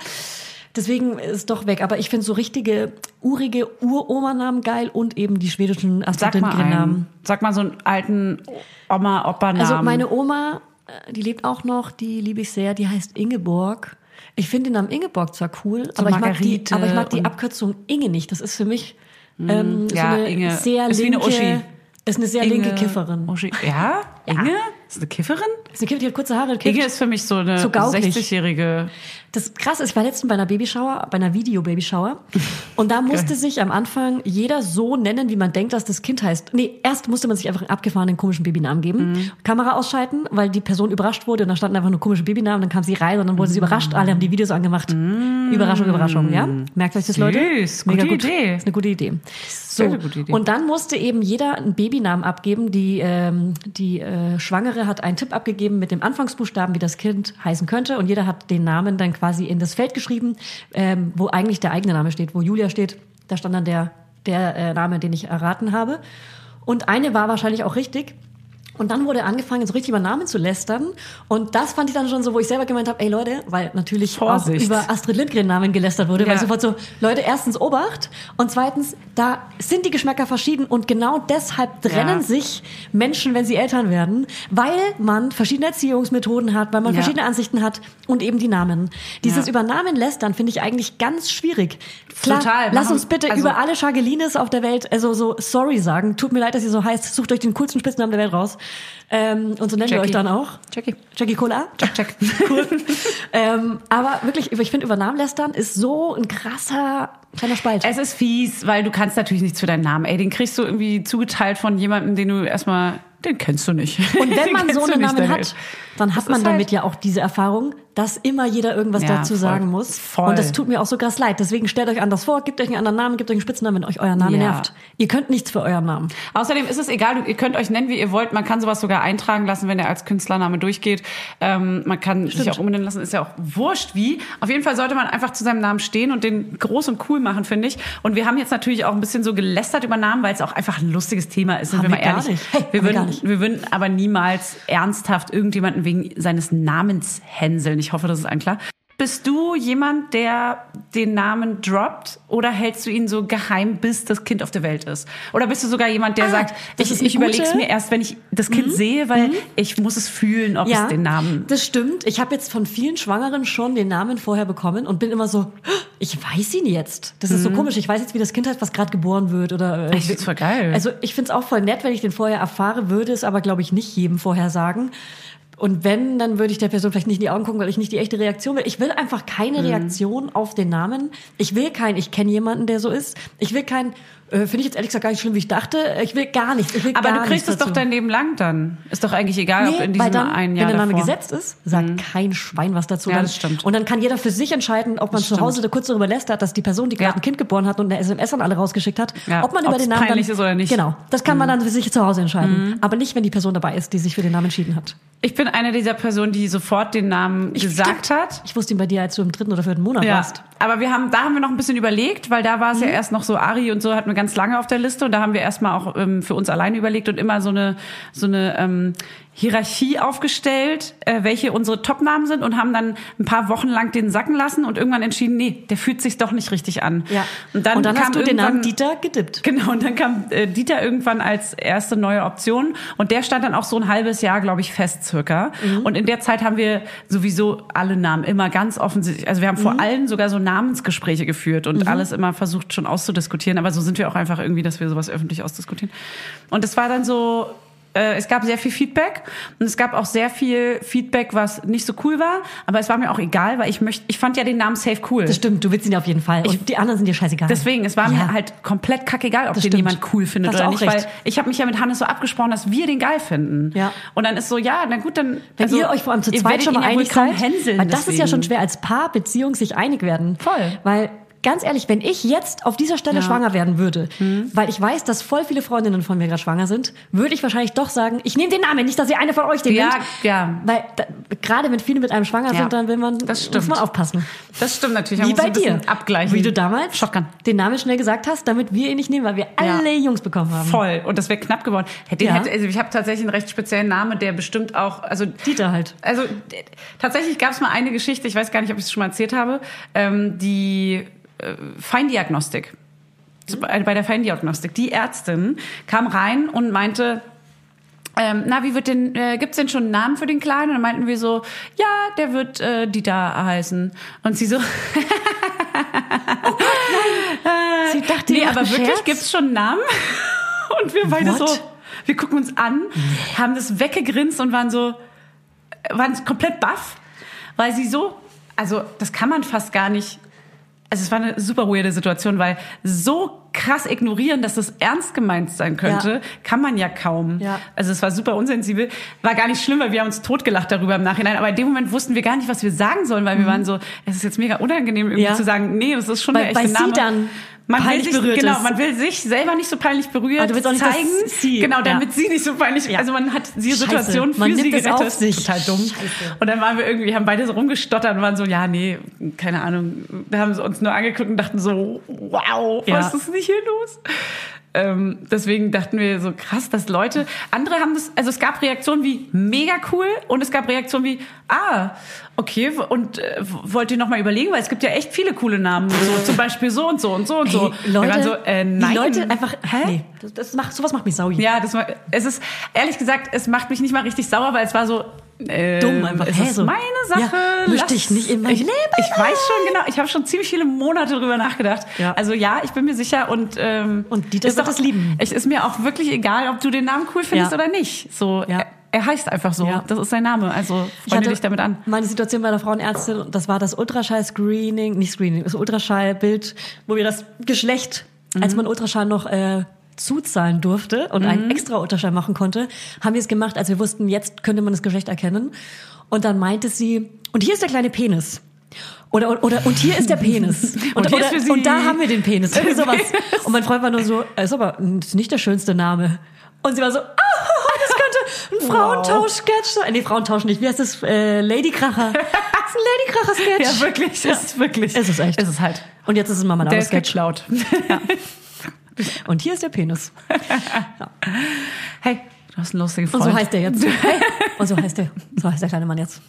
Deswegen ist doch weg. Aber ich finde so richtige, urige Uroma-Namen geil und eben die schwedischen Astrid Sag mal einen. Lindgren-Namen. Sag mal so einen alten Oma-Opa-Namen. Also meine Oma, äh, die lebt auch noch, die liebe ich sehr, die heißt Ingeborg. Ich finde den Namen Ingeborg zwar cool, aber, ich mag die, Margarete aber ich mag die und- Hm, Abkürzung Inge nicht. Das ist für mich ähm, ja, so eine Inge. sehr Ist wie eine linke... Uschi. Ist eine sehr linke Kifferin. Uschi. Ja? Inge? Ist eine Kifferin? Ist eine Kifferin, die hat kurze Haare. kifft. Inge ist für mich so eine So gaukig. 60-jährige. Das krasse ist, ich war letztens bei einer Babyshower, bei einer Video-Babyshower. Und da musste sich am Anfang jeder so nennen, wie man denkt, dass das Kind heißt. Nee, erst musste man sich einfach einen abgefahrenen komischen Babynamen geben, Mhm. Kamera ausschalten, weil die Person überrascht wurde und da standen einfach nur komische Babynamen, dann kam sie rein und dann wurde sie überrascht, Mhm. alle haben die Videos angemacht. Überraschung, Überraschung, ja? Merkt euch das, Leute? Süß, gute Idee. Ist eine gute Idee. So, eine gute Idee. und dann musste eben jeder einen Babynamen abgeben. Die, ähm, die äh, Schwangere hat einen Tipp abgegeben mit dem Anfangsbuchstaben, wie das Kind heißen könnte. Und jeder hat den Namen dann quasi in das Feld geschrieben, ähm, wo eigentlich der eigene Name steht, wo Julia steht. Da stand dann der, der äh, Name, den ich erraten habe. Und eine war wahrscheinlich auch richtig. Und dann wurde angefangen, so richtig über Namen zu lästern. Und das fand ich dann schon so, wo ich selber gemeint habe, ey Leute, weil natürlich Vorsicht. auch über Astrid Lindgren Namen gelästert wurde, Ja. weil sofort so, Leute, erstens Obacht und zweitens, da sind die Geschmäcker verschieden und genau deshalb trennen Ja. sich Menschen, wenn sie Eltern werden, weil man verschiedene Erziehungsmethoden hat, weil man Ja. verschiedene Ansichten hat und eben die Namen. Dieses Ja. über Namen lästern finde ich eigentlich ganz schwierig. Klar, Total. Lass Machen- uns bitte also- über alle Schagelines auf der Welt also so sorry sagen. Tut mir leid, dass ihr so heißt. Sucht euch den coolsten Spitznamen der Welt raus. Ähm, und so nennen wir Jackie. euch dann auch. Jackie. Jackie Cola. Check, check. Cool. ähm, aber wirklich, ich finde, über Namen lästern ist so ein krasser kleiner Spalt. Es ist fies, weil du kannst natürlich nichts für deinen Namen. Ey, den kriegst du irgendwie zugeteilt von jemandem, den du erstmal, den kennst du nicht. und wenn Den man so kennst du einen nicht, Namen Daniel. hat, dann hat man ist damit halt- ja auch diese Erfahrung, dass immer jeder irgendwas Ja, dazu voll. sagen muss. Voll. Und das tut mir auch so krass leid. Deswegen stellt euch anders vor, gebt euch einen anderen Namen, gebt euch einen Spitznamen, wenn euch euer Name Ja. nervt. Ihr könnt nichts für euren Namen. Außerdem ist es egal, du- ihr könnt euch nennen, wie ihr wollt. Man kann sowas sogar eintragen lassen, wenn er als Künstlername durchgeht. Ähm, man kann sich auch umbenennen lassen, ist ja auch wurscht wie. Auf jeden Fall sollte man einfach zu seinem Namen stehen und den groß und cool machen, finde ich. Und wir haben jetzt natürlich auch ein bisschen so gelästert über Namen, weil es auch einfach ein lustiges Thema ist, sind Haben wir mal wir gar ehrlich. nicht. Hey, wir, haben wir gar würden, nicht. wir würden aber niemals ernsthaft irgendjemanden wegen seines Namens hänseln. Ich hoffe, das ist anklar. Bist du jemand, der den Namen droppt oder hältst du ihn so geheim, bis das Kind auf der Welt ist? Oder bist du sogar jemand, der Ah, sagt, das ich, ist eine ich überlege es gute- Mhm. mir erst, wenn ich das Kind sehe, weil ich muss es fühlen, ob es den Namen... Das stimmt. Ich habe jetzt von vielen Schwangeren schon den Namen vorher bekommen und bin immer so, ich weiß ihn jetzt. Das ist so komisch. Ich weiß jetzt, wie das Kind heißt, was gerade geboren wird oder. äh, Ich find's Mhm. voll geil. Also ich find's auch voll nett, wenn ich den vorher erfahre, würde es aber glaube ich nicht jedem vorher sagen. Und wenn, dann würde ich der Person vielleicht nicht in die Augen gucken, weil ich nicht die echte Reaktion will. Ich will einfach Mhm. keine Reaktion auf den Namen. Ich will keinen, ich kenne jemanden, der so ist. Ich will keinen, äh, finde ich jetzt ehrlich gesagt gar nicht schlimm, wie ich dachte. Ich will gar nichts. Ich will Aber gar du kriegst nichts es doch dazu. dein Leben lang dann. Ist doch eigentlich egal, ob Nee, in diesem weil dann, einen Jahr wenn der Name davor. Mhm. gesetzt ist, sagt kein Schwein was dazu. Ja, Dann- das stimmt. Und dann kann jeder für sich entscheiden, ob man zu Hause kurz darüber lästert, dass die Person, die gerade Ja. ein Kind geboren hat und eine SMS an alle rausgeschickt hat, Ja, ob man über ob's den Namen peinlich dann, ist oder nicht. Mhm. Genau, das kann man dann für sich zu Hause entscheiden. Aber nicht, wenn die Person dabei ist, die sich für den Namen entschieden hat. Ich bin eine dieser Personen, die sofort den Namen gesagt Stimmt. hat. Ich wusste ihn bei dir, als du im dritten oder vierten Monat Ja, warst. aber wir haben, da haben wir noch ein bisschen überlegt, weil da war Mhm. es ja erst noch so Ari und so hatten wir ganz lange auf der Liste und da haben wir erstmal auch ähm, für uns alleine überlegt und immer so eine so eine ähm, Hierarchie aufgestellt, äh, welche unsere Topnamen sind und haben dann ein paar Wochen lang den sacken lassen und irgendwann entschieden, nee, der fühlt sich doch nicht richtig an. Ja. Und dann, und dann kam hast du den Namen irgendwann- Dieter gedippt. Genau, und dann kam äh, Dieter irgendwann als erste neue Option und der stand dann auch so ein halbes Jahr, glaube ich, fest circa. Und in der Zeit haben wir sowieso alle Namen immer ganz offensichtlich, also wir haben vor allem sogar so Namensgespräche geführt und alles immer versucht schon auszudiskutieren, aber so sind wir auch einfach irgendwie, dass wir sowas öffentlich ausdiskutieren. Und es war dann so, äh, es gab sehr viel Feedback und es gab auch sehr viel Feedback, was nicht so cool war, aber es war mir auch egal, weil ich möchte, ich fand ja den Namen Safe cool. Das stimmt, du willst ihn auf jeden Fall. Und die anderen sind dir scheißegal. Deswegen, es war Ja. mir halt komplett kackegal, ob Das den stimmt. jemand cool findet Hast du oder auch nicht, recht. weil ich habe mich ja mit Hannes so abgesprochen, dass wir den geil finden. Ja. Und dann ist so, ja, na gut, dann Wenn also, ihr euch vor allem zu ihr zweit werdet schon mal ihn ja wohl einig kaum seid, hänseln, weil das ist ja schon deswegen. schwer als Paar Beziehung sich einig werden. Voll. Weil ganz ehrlich, wenn ich jetzt auf dieser Stelle schwanger werden würde, Hm. weil ich weiß, dass voll viele Freundinnen von mir gerade schwanger sind, würde ich wahrscheinlich doch sagen, ich nehme den Namen, nicht, dass ihr eine von euch den Ja, nimmt. ja. Weil da, gerade wenn viele mit einem schwanger Ja. sind, dann will man Das muss stimmt. man aufpassen. Das stimmt natürlich. man Wie muss bei ein bisschen dir. Abgleichen. Wie du damals Schockern. den Namen schnell gesagt hast, damit wir ihn nicht nehmen, weil wir Ja. alle Jungs bekommen haben. Voll. Und das wäre knapp geworden. Hätte, Ja. hätte, also ich habe tatsächlich einen recht speziellen Namen, der bestimmt auch, also Dieter halt. Also d- tatsächlich gab es mal eine Geschichte, ich weiß gar nicht, ob ich es schon mal erzählt habe, ähm, die äh, Feindiagnostik. Zu- Bei bei der Feindiagnostik. Die Ärztin kam rein und meinte, ähm, na, wie wird denn, äh, gibt's denn schon einen Namen für den Kleinen? Und dann meinten wir so, ja, der wird äh, Dieter heißen. Und sie so, Sie dachte, nee, ihr macht aber einen wirklich Scherz? gibt's schon einen Namen? Und wir beide What? so, wir gucken uns an, haben das weggegrinst und waren so, waren komplett baff, weil sie so, also das kann man fast gar nicht. Also es war eine super weirde Situation, weil so krass ignorieren, dass das ernst gemeint sein könnte, Ja. kann man ja kaum. Ja. Also es war super unsensibel, war gar nicht schlimm, weil wir haben uns totgelacht darüber im Nachhinein. Aber in dem Moment wussten wir gar nicht, was wir sagen sollen, weil wir waren so, es ist jetzt mega unangenehm, irgendwie Mhm. Ja. zu sagen, nee, das ist schon Weil- der weil echte sie Name. dann man peinlich will sich, berührt genau, ist. man will sich selber nicht so peinlich berührt Aber du willst auch nicht, dass zeigen. sie- genau, damit ja. sie nicht so peinlich. Ja. Also man hat die Scheiße, Situation für man sie nimmt es gerettet. auf sich. Total dumm. Scheiße. Und dann waren wir irgendwie, haben beide so rumgestottert und waren so, ja, nee, keine Ahnung. Wir haben sie uns nur angeguckt und dachten so, wow, Ja. was ist nicht hier los? Ähm, deswegen dachten wir so krass, dass Leute, andere haben das, also es gab Reaktionen wie mega cool und es gab Reaktionen wie, ah, okay, w- und äh, w- wollt ihr nochmal überlegen, weil es gibt ja echt viele coole Namen, so, zum Beispiel so und so und so und so. Ey, wir Leute, waren so, äh, nein. die Leute einfach, Hä? nee, das, das macht, sowas macht mich sauer. Ja, das war, es ist, ehrlich gesagt, es macht mich nicht mal richtig sauer, weil es war so, äh, Dumm einfach, Es hä, ist so. meine Sache. Ja, misch lass- dich nicht in mein ich, Leben Ich weiß schon genau, ich habe schon ziemlich viele Monate drüber nachgedacht. Ja. Also ja, ich bin mir sicher und, ähm, Und Dieter wird es lieben. Es ist mir auch wirklich egal, ob du den Namen cool findest Ja. oder nicht. So, Ja. er, er heißt einfach so. Ja. Das ist sein Name. Also Ich freunde dich damit an. Meine Situation bei der Frauenärztin, und das war das Ultraschall-Screening, nicht Screening, das Ultraschallbild, wo wir das Geschlecht, Mhm. als man Ultraschall noch äh, zuzahlen durfte und Mhm. einen extra Ultraschall machen konnte, haben wir es gemacht, als wir wussten, jetzt könnte man das Geschlecht erkennen. Und dann meinte sie, und hier ist der kleine Penis. Oder, oder und hier ist der Penis. Und, hier oder, ist für Sie und da haben wir den Penis. Irgendwie der sowas. Penis. Und mein Freund war nur so, "Er ist aber ist nicht der schönste Name. Und sie war so, ah, das könnte ein Frauentausch-Sketch sein. Nee, Frauentausch nicht. Wie heißt das? Äh, Ladykracher. Das ist ein Ladykracher-Sketch. Ja, wirklich. Es ist wirklich. Ist es echt. Es ist halt. Und jetzt ist es mal mein Der anderer ist Sketch. geklaut. Und hier ist der Penis. Hey, hast einen lustigen Und Freund. so heißt der jetzt. Und so heißt der. So heißt der kleine Mann jetzt.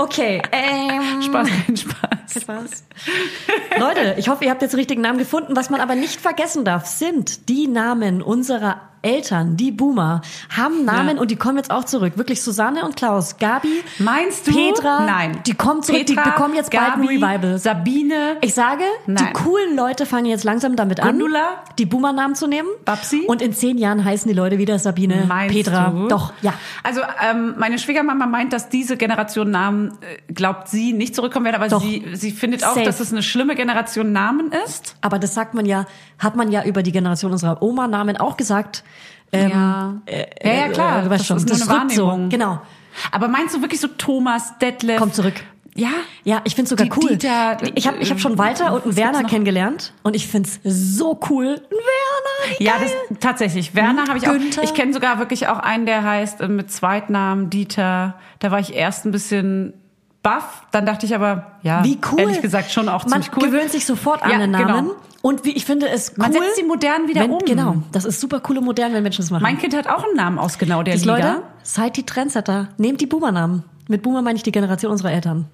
Okay. Ähm, Spaß, kein Spaß. Spaß. Leute, ich hoffe, ihr habt jetzt den richtigen Namen gefunden. Was man aber nicht vergessen darf, sind die Namen unserer Eltern, die Boomer, haben Namen und die kommen jetzt auch zurück. Wirklich Susanne und Klaus, Gabi, Meinst du? Petra, Nein. die kommen zurück, die Petra, bekommen jetzt bald Gabi, ein Revival. Sabine. Ich sage, die Nein. coolen Leute fangen jetzt langsam damit an, Gundula? die Boomer-Namen zu nehmen. Babsi? Und in zehn Jahren heißen die Leute wieder Sabine, Meinst äh, Petra. du? Doch, ja. Also ähm, meine Schwiegermama meint, dass diese Generation Namen, äh, glaubt sie, nicht zurückkommen werden, aber Doch. sie, sie findet auch, Safe. dass es eine schlimme Generation Namen ist. Aber das sagt man ja, hat man ja über die Generation unserer Oma-Namen auch gesagt. Ähm, Ja. ja, ja, klar. äh, du weißt schon, das ist nur eine rückt so. Wahrnehmung. Genau. Aber meinst du wirklich so Thomas, Detlef? Kommt zurück. Ja. Ja, ich find's sogar Die cool. Dieter, ich habe ich hab schon Walter und einen was Werner gibt's noch? kennengelernt und ich find's so cool. Ein Werner! wie Ja, geil. das tatsächlich. Werner habe ich Günther. auch. Ich kenne sogar wirklich auch einen, der heißt äh, mit Zweitnamen Dieter. Da war ich erst ein bisschen baff, dann dachte ich aber, ja, Wie cool. ehrlich gesagt schon auch Man ziemlich cool. gewöhnt sich sofort an Ja, den genau. Namen. Und wie, ich finde es cool. Man setzt sie modern wieder wenn, um. Genau. Das ist super cool und modern, wenn Menschen das machen. Mein Kind hat auch einen Namen aus genau der das Liga. Leute, seid die Trendsetter. Nehmt die Boomer-Namen. Mit Boomer meine ich die Generation unserer Eltern.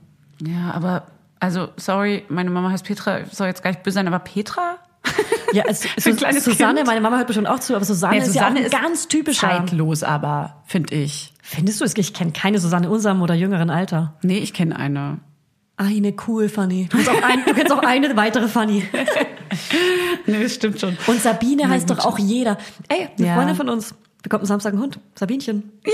Ja, aber also sorry, meine Mama heißt Petra. Ich soll jetzt gar nicht böse sein, aber Petra? Ja, es, Für ein Sus- kleines Susanne, Kind. meine Mama hört bestimmt auch zu, aber Susanne, Ja, ist ja auch ein ganz typischer. zeitlos, aber finde ich. Findest du es? Ich kenne keine Susanne in unserem oder jüngeren Alter. Nee, ich kenne eine. Eine cool Fanny. Du kennst auch, ein, du kennst auch eine weitere Fanny. Nee, das stimmt schon. Und Sabine heißt doch auch jeder. Ey, eine Ja. Freundin von uns bekommt am Samstag einen Hund. Sabinchen. Ja,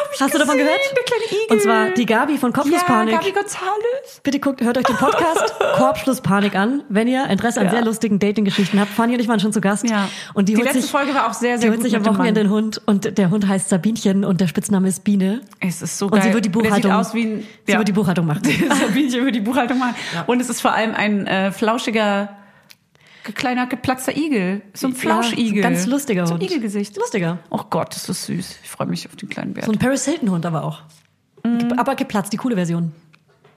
hab ich Hast du davon gesehen, gehört? Der kleine Igel. Und zwar die Gabi von Kopfschlusspanik. Ja, Gabi Gonzales. Bitte guckt, hört euch den Podcast Korbschlusspanik an, wenn ihr Interesse an Ja. sehr lustigen Dating-Geschichten habt. Fanny und ich waren schon zu Gast. Ja. Und die, Die holt letzte sich, Folge war auch sehr, Die sehr holt gut sich am mit dem Wochenende Mann. den Hund und der Hund heißt Sabinchen und der Spitzname ist Biene. Es ist so Und geil. sie wird die Buchhaltung. Der sieht aus wie ein, Sie wird die Buchhaltung machen. Sabine wird die Buchhaltung machen. Und es ist vor allem ein äh, flauschiger, ge- kleiner geplatzter Igel. So ein Ja, Flauschigel. so ein ganz lustiger So ein Hund. Igelgesicht. Lustiger. Oh Gott, das ist süß. Ich freue mich auf den kleinen Bär. So ein Paris Hilton Hund aber auch. Ge- Aber geplatzt, die coole Version.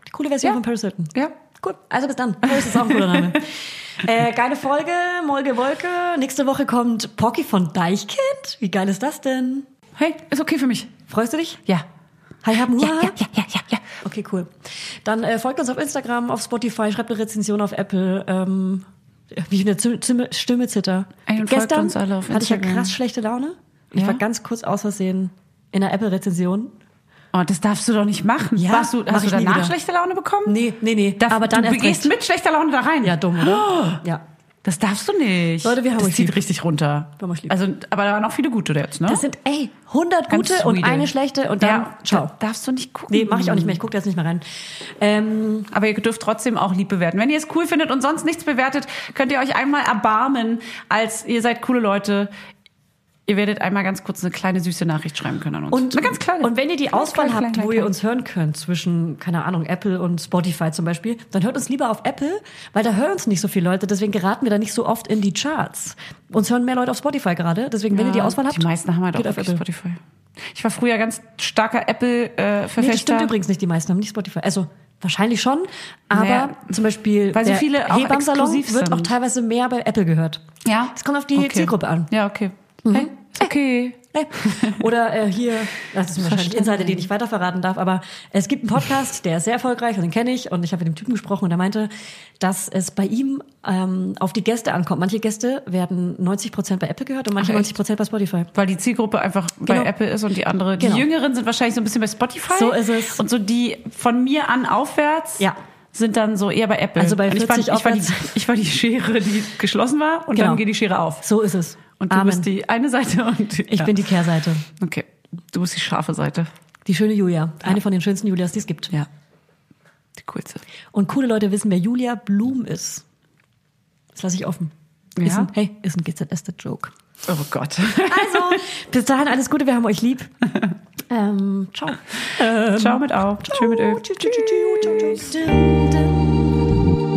Die coole Version Mhm. Ja. von Paris Hilton. Ja. Cool. Also bis dann. Paris ist auch ein cooler Name. äh, geile Folge, Molge Wolke. Nächste Woche kommt Pocky von Deichkind. Wie geil ist das denn? Hey, ist okay für mich. Freust du dich? Ja. Hi, haben Ja, ja, ja, ja, ja. Okay, cool. Dann äh, folgt uns auf Instagram, auf Spotify, schreibt eine Rezension auf Apple. Ähm, wie eine Zim- Zim- Stimme zitter. Ey, und folgt Gestern uns alle auf hatte ich ja Instagram. krass schlechte Laune. Ich Ja? war ganz kurz aus Versehen in einer Apple-Rezension. Oh, das darfst du doch nicht machen. Ja, Warst du, mach hast du ich nie danach wieder. schlechte Laune bekommen? Nee, nee, nee. Darf, aber dann du erst gehst recht. mit schlechter Laune da rein. Ja, dumm, Oh! oder? Ja. Das darfst du nicht. Leute, wir haben das euch zieht lieb. richtig runter. Wir haben euch lieb. Also, aber da waren auch viele gute jetzt, ne? Das sind, ey, 100 Ganz gute und sweete. eine schlechte und dann ja, ciao. da Darfst du nicht gucken. Nee, mache ich auch nicht Mhm. mehr. Ich gucke jetzt nicht mehr rein. Ähm, Aber ihr dürft trotzdem auch lieb bewerten. Wenn ihr es cool findet und sonst nichts bewertet, könnt ihr euch einmal erbarmen, als ihr seid coole Leute. Ihr werdet einmal ganz kurz eine kleine süße Nachricht schreiben können an uns. und, eine ganz kleine. und wenn ihr die Ganz Auswahl klein, habt, klein, wo klein, ihr uns hören könnt, zwischen, keine Ahnung, Apple und Spotify zum Beispiel, dann hört uns lieber auf Apple, weil da hören uns nicht so viele Leute. Deswegen geraten wir da nicht so oft in die Charts. Uns hören mehr Leute auf Spotify gerade. Deswegen, wenn ihr die Auswahl habt, Die meisten haben halt auch geht auf wirklich Apple. Spotify. Ich war früher ganz starker äh, Nee, das Apple-Verfechter. stimmt übrigens nicht. Die meisten haben nicht Spotify. Also wahrscheinlich schon, aber Naja, zum Beispiel weil so der viele auch Hebammsalon exklusiv wird sind. auch teilweise mehr bei Apple gehört. ja. Es kommt auf die Okay. Zielgruppe an. Mhm. Äh, Ja, okay. Hey, ist okay. Ey. Oder äh, hier, das ist wahrscheinlich Verstanden. Insider, den ich weiter verraten darf, aber es gibt einen Podcast, der ist sehr erfolgreich und den kenne ich und ich habe mit dem Typen gesprochen und er meinte, dass es bei ihm ähm, auf die Gäste ankommt. Manche Gäste werden 90 Prozent bei Apple gehört und manche Ach, echt? 90 Prozent bei Spotify. Weil die Zielgruppe einfach Genau. bei Apple ist und die andere, die Genau. Jüngeren sind wahrscheinlich so ein bisschen bei Spotify. So ist es. Und so die von mir an aufwärts Ja. sind dann so eher bei Apple. Also bei Und 40 ich, war, ich, war die, aufwärts. ich war die Schere, die geschlossen war und Genau. dann geht die Schere auf. So ist es. Und du Amen. bist die eine Seite und die, ich ja. bin die Kehrseite. Okay, du bist die scharfe Seite. Die schöne Julia. Eine von den schönsten Julias, die es gibt. Ja. Die coolste. Und coole Leute wissen, wer Julia Blum ist. Das lasse ich offen. Ist Ja? ein, hey, ist ein GZS-Joke. Oh Gott. Also, bis dahin alles Gute, wir haben euch lieb. Ähm, ciao. Ciao mit auf. Tschö mit Ö. Tschüss. Dum, dum.